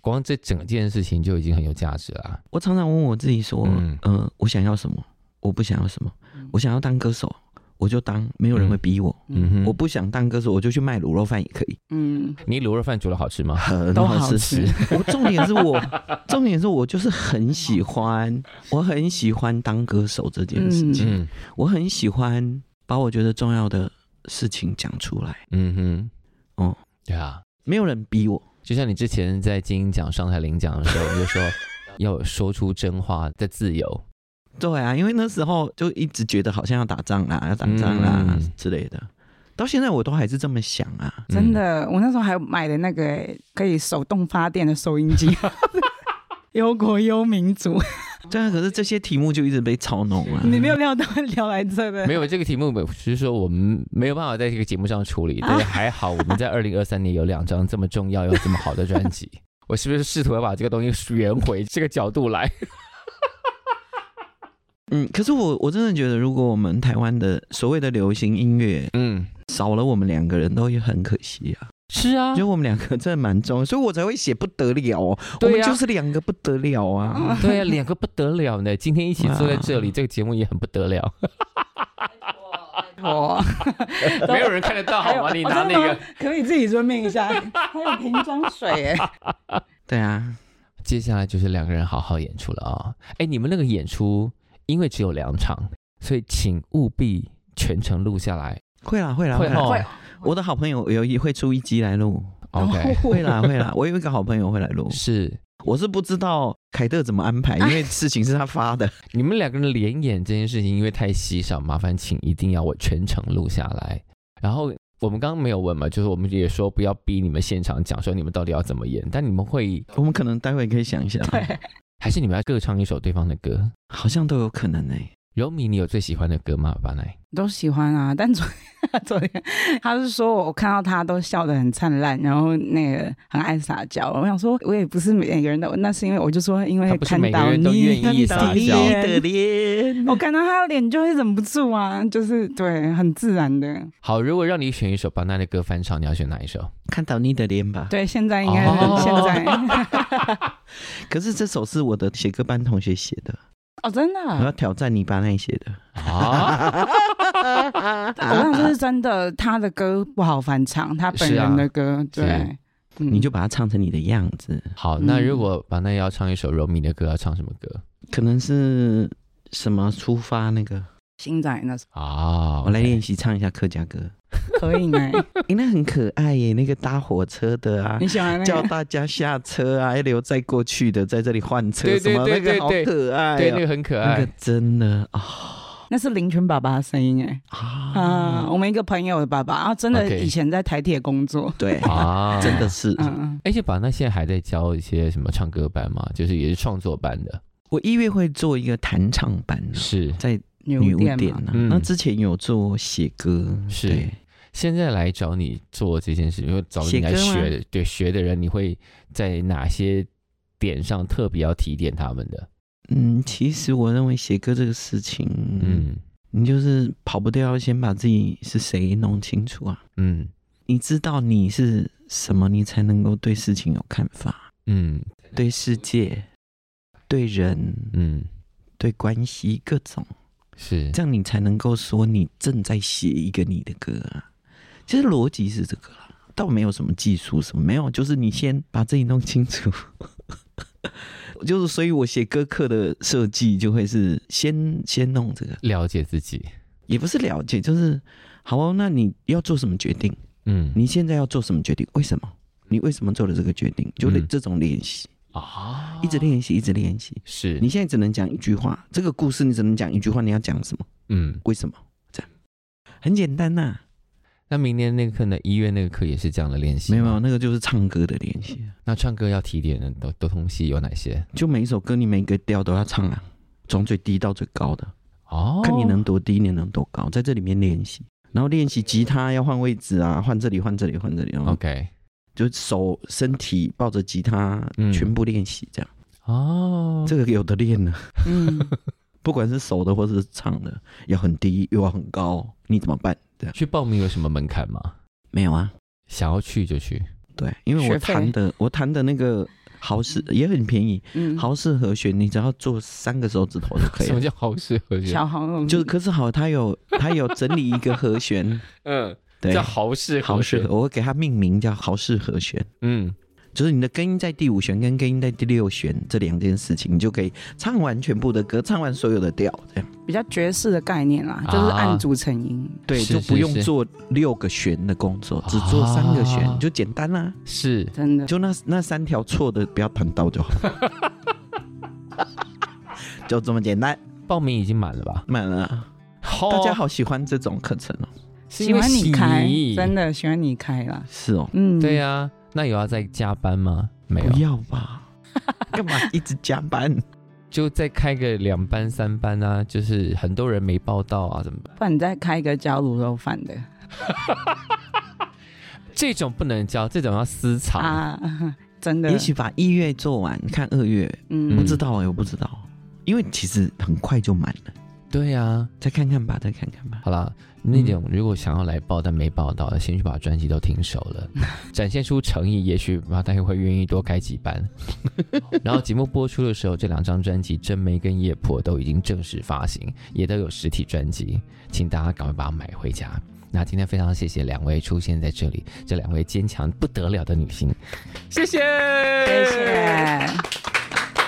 Speaker 1: 光这整件事情就已经很有价值了啊。
Speaker 3: 我常常问我自己说，
Speaker 1: 嗯
Speaker 3: 嗯、我想要什么？我不想要什么？我想要当歌手，我就当，没有人会逼我。
Speaker 1: 嗯哼，
Speaker 3: 我不想当歌手，我就去卖卤肉饭也可以，
Speaker 2: 嗯，
Speaker 1: 你卤肉饭煮的好吃吗？
Speaker 3: 很
Speaker 2: 都
Speaker 3: 好
Speaker 2: 好
Speaker 3: 吃。我重点是我，重点是我就是很喜欢，我很喜欢当歌手这件事情，
Speaker 1: 嗯
Speaker 3: 我很喜欢把我觉得重要的事情讲出来。
Speaker 1: 嗯哼，
Speaker 3: 哦，
Speaker 1: 对啊，
Speaker 3: 没有人逼我，
Speaker 1: 就像你之前在金鹰奖上台领奖的时候，你就 说要说出真话的自由。
Speaker 3: 对啊，因为那时候就一直觉得好像要打仗啦，要打仗啦、
Speaker 1: 嗯
Speaker 3: 之类的，到现在我都还是这么想啊。
Speaker 2: 真的，
Speaker 1: 嗯
Speaker 2: 我那时候还买的那个欸可以手动发电的收音机， 忧国忧民族，
Speaker 3: 对啊，可是这些题目就一直被操弄啊。
Speaker 2: 你没有料到会聊来这的，
Speaker 1: 嗯没有这个题目，只是说我们没有办法在这个节目上处理，但是还好我们在二零二三年有两张这么重要又这么好的专辑。我是不是试图要把这个东西圆回这个角度来？
Speaker 3: 嗯，可是我我真的觉得，如果我们台湾的所谓的流行音乐
Speaker 1: 嗯，
Speaker 3: 少了我们两个人，都也很可惜啊。
Speaker 1: 是啊
Speaker 3: 觉，得我们两个真的蛮重要， 所以我才会写不得了哦。我
Speaker 1: 对
Speaker 3: 们
Speaker 1: 呀、
Speaker 3: 就是两个不得了啊。
Speaker 1: 对啊，两个不得了呢，今天一起坐在这里，这个节目也很不得了，
Speaker 2: 我
Speaker 1: 哦 没有人看得到好吗？你拿那个，
Speaker 2: 可以自己遵命一下，还有瓶装水哎，
Speaker 3: 对啊，
Speaker 1: 接下来就是两个人好好演出了啊、哎，你们那个演出因为只有两场，所以请务必全程录下来。
Speaker 3: 会啦会啦
Speaker 1: 会
Speaker 3: 啦
Speaker 1: 哦
Speaker 3: 我的好朋友有一会出一集来录，
Speaker 1: OK，嗯
Speaker 3: 会啦会啦，我有一个好朋友会来录，
Speaker 1: 是
Speaker 3: 我是不知道凯特怎么安 排，因为事情是他发的。
Speaker 1: 你们两个人连演这件事情，因为太稀少，麻烦请一定要我全程录下来。然后我们刚刚没有问嘛，就是我们也说不要逼你们现场讲说你们到底要怎么演，但你们会
Speaker 3: 我们可能待会可以想一下，
Speaker 2: 对，
Speaker 1: 还是你们要各唱一首对方的歌？
Speaker 3: 好像都有可能哎。
Speaker 1: 柔米，你有最喜欢的歌吗？巴奈，
Speaker 2: 都喜欢啊，但昨昨天 他是说我看到他都笑得很灿烂，然后那个很爱撒娇。我想说，我也不是每个人都，那是因为我就说，因
Speaker 1: 他
Speaker 2: 为
Speaker 1: 不是
Speaker 2: 看
Speaker 1: 每个
Speaker 2: 到
Speaker 1: 人都愿
Speaker 2: 你，
Speaker 1: 意撒
Speaker 2: 你
Speaker 1: 娇。
Speaker 3: 的脸，
Speaker 2: 我看到他的脸就会忍不住啊，就是对，很自然的。
Speaker 1: 好，如果让你选一首巴奈的歌翻唱，你要选哪一首？
Speaker 3: 看到你的脸吧。
Speaker 2: 对，现在应该是、
Speaker 1: 哦
Speaker 2: 现在
Speaker 3: 可是这首是我的写歌班同学写的，
Speaker 2: 哦，真的
Speaker 3: 我要
Speaker 2: 啊，
Speaker 3: 挑战你把那写的。啊
Speaker 1: 啊， 嗯
Speaker 2: 我想这是真的，他的歌不好翻唱，他本
Speaker 1: 是啊
Speaker 2: 人的歌，对，
Speaker 1: 是
Speaker 2: 嗯
Speaker 3: 你就把它唱成你的样子，
Speaker 1: 好，那
Speaker 2: 嗯
Speaker 1: 如果巴奈要唱一首柔米的歌，要唱什么歌？
Speaker 3: 可能是什么出发那个，
Speaker 2: 新仔那时
Speaker 1: 啊，
Speaker 3: 我来练习唱一下客家歌。
Speaker 2: 候可以呢，
Speaker 3: 哎、那很可爱耶，那个搭火车的啊
Speaker 2: 你，喜欢那
Speaker 3: 叫
Speaker 2: 个？
Speaker 3: 大家下车啊，要留在过去的，在这里换车
Speaker 1: 对
Speaker 3: 什么，
Speaker 1: 对
Speaker 3: 那
Speaker 1: 对
Speaker 3: 个好
Speaker 1: 对对
Speaker 3: 可爱、啊
Speaker 1: 对，那个很可
Speaker 3: 那
Speaker 1: 爱
Speaker 3: 个，真的啊
Speaker 2: 那是林泉爸爸的声音哎啊！
Speaker 3: 啊，
Speaker 2: 我们一个朋友的爸爸啊，真的
Speaker 1: OK
Speaker 2: 以前在台铁工作，
Speaker 3: 对，
Speaker 1: 啊，哎
Speaker 3: 真的。是。
Speaker 2: 嗯 嗯，
Speaker 1: 而且宝那现在还在教一些什么唱歌班嘛，就是也是创作班的，
Speaker 3: 我一月会做一个弹唱版啊，
Speaker 1: 是。
Speaker 3: 在
Speaker 2: 女
Speaker 3: 女
Speaker 2: 巫
Speaker 3: 巫
Speaker 2: 店
Speaker 3: 店
Speaker 2: 嘛，
Speaker 3: 啊。
Speaker 1: 嗯
Speaker 3: 那之前有做写歌，
Speaker 1: 是
Speaker 3: 对
Speaker 1: 现在来找你做这件事情，因为找你
Speaker 3: 写
Speaker 1: 来
Speaker 3: 歌吗
Speaker 1: 学的，对学的人，你会在哪些点上特别要提点他们的？
Speaker 3: 嗯，其实我认为写歌这个事情，嗯，
Speaker 1: 嗯
Speaker 3: 你就是跑不掉，先把自己是谁弄清楚啊。
Speaker 1: 嗯
Speaker 3: 你知道你是什么，你才能够对事情有看法，
Speaker 1: 嗯
Speaker 3: 对世界、对人、
Speaker 1: 嗯，
Speaker 3: 对关系各种，
Speaker 1: 是
Speaker 3: 这样你才能够说你正在写一个你的歌啊。其实逻辑是这个啦，倒没有什么技术什么，没有，就是你先把自己弄清楚。 就是，所以我写歌课的设计就会是先先弄这个，
Speaker 1: 了解自己。
Speaker 3: 也不是了解，就是好哦。那你要做什么决定？
Speaker 1: 嗯，
Speaker 3: 你现在要做什么决定？为什么？你为什么做了这个决定？就
Speaker 1: 嗯
Speaker 3: 这种练习，
Speaker 1: 啊，
Speaker 3: 一直练习，一直练习。
Speaker 1: 是
Speaker 3: 你现在只能讲一句话，这个故事你只能讲一句话，你要讲什么？
Speaker 1: 嗯。
Speaker 3: 为什么？这样很简单呐、
Speaker 1: 那明年那个课呢？一月那个课也是这样的练习
Speaker 3: 没
Speaker 1: 吗。
Speaker 3: 有没有，那个就是唱歌的练习，
Speaker 1: 那唱歌要提点的都都东西有哪些？
Speaker 3: 就每一首歌你每个调都要唱啊，从最低到最高的，
Speaker 1: 哦，
Speaker 3: 看你能多低，你能多高，在这里面练习。然后练习吉他要换位置啊，换这里，换这里，换这里，然后
Speaker 1: OK
Speaker 3: 就手、身体抱着吉他，
Speaker 1: 嗯
Speaker 3: 全部练习这样。
Speaker 1: 哦，
Speaker 3: 这个有的练啊呢，
Speaker 2: 嗯，
Speaker 3: 不管是手的或是唱的，要很低又要很高，你怎么办？
Speaker 1: 去报名有什么门槛吗？
Speaker 3: 没有啊，
Speaker 1: 想要去就去。
Speaker 3: 对，因为我
Speaker 2: 学费
Speaker 3: 弹的我弹的那个好适也很便宜，
Speaker 2: 嗯
Speaker 3: 好适合学，你只要做三个手指头就可以啊
Speaker 1: 什么
Speaker 3: 了。
Speaker 1: 叫好适合学？
Speaker 2: 小红
Speaker 3: 就是可是好，它有它有整理一个 和弦，
Speaker 1: 嗯，
Speaker 3: 对
Speaker 1: 叫，好适合学。
Speaker 3: 好适合，我会给它命名叫好适合弦。
Speaker 1: 嗯，
Speaker 3: 就是你的根音在第五弦跟根音在第六弦这两件事情，你就可以唱完全部的歌，唱完所有的调，这样
Speaker 2: 比较爵士的概念啦，就是
Speaker 1: 啊
Speaker 2: 按组成音，
Speaker 3: 对，
Speaker 1: 是
Speaker 3: 就是不用
Speaker 1: 是
Speaker 3: 做六个弦的工作，只做三个弦、
Speaker 1: 啊
Speaker 3: 就简单啦、
Speaker 1: 是
Speaker 2: 真的。
Speaker 3: 就那那三条错的不要弹到 就好，就这么简单。
Speaker 1: 报名已经满了吧？
Speaker 3: 满了啊，
Speaker 1: 好
Speaker 3: 大家，好喜欢这种课程哦。
Speaker 1: 是
Speaker 2: 喜
Speaker 1: 因为
Speaker 2: 欢你开，真
Speaker 1: 的。
Speaker 2: 的喜欢你开啦。
Speaker 3: 是哦，
Speaker 2: 嗯，
Speaker 1: 对呀、那有要再加班吗？没有
Speaker 3: 不，要 吧？干嘛一直加班？
Speaker 1: 就再开个两班三班啊，就是很多人没报到啊，怎么办？
Speaker 2: 不然你再开一个教卤肉饭的
Speaker 1: 这种不能交，这种要私藏。
Speaker 2: 啊， 真的，
Speaker 3: 也许把一月做完，看二月，不
Speaker 2: 嗯
Speaker 3: 知道哎、我不知道，因为其实很快就满了，
Speaker 1: 对啊呀、
Speaker 3: 再看看吧，再看看吧。
Speaker 1: 好啦，那种如果想要来报但没报到的，先去把专辑都听熟了，展现出诚意，也许马大爷会愿意多开几班。然后节目播出的时候，这两张专辑《真梅》跟《夜婆》都已经正式发行，也都有实体专辑，请大家赶快把它买回家。那今天非常谢谢两位出现在这里，这两位坚强不得了的女性，谢谢，
Speaker 2: 谢谢。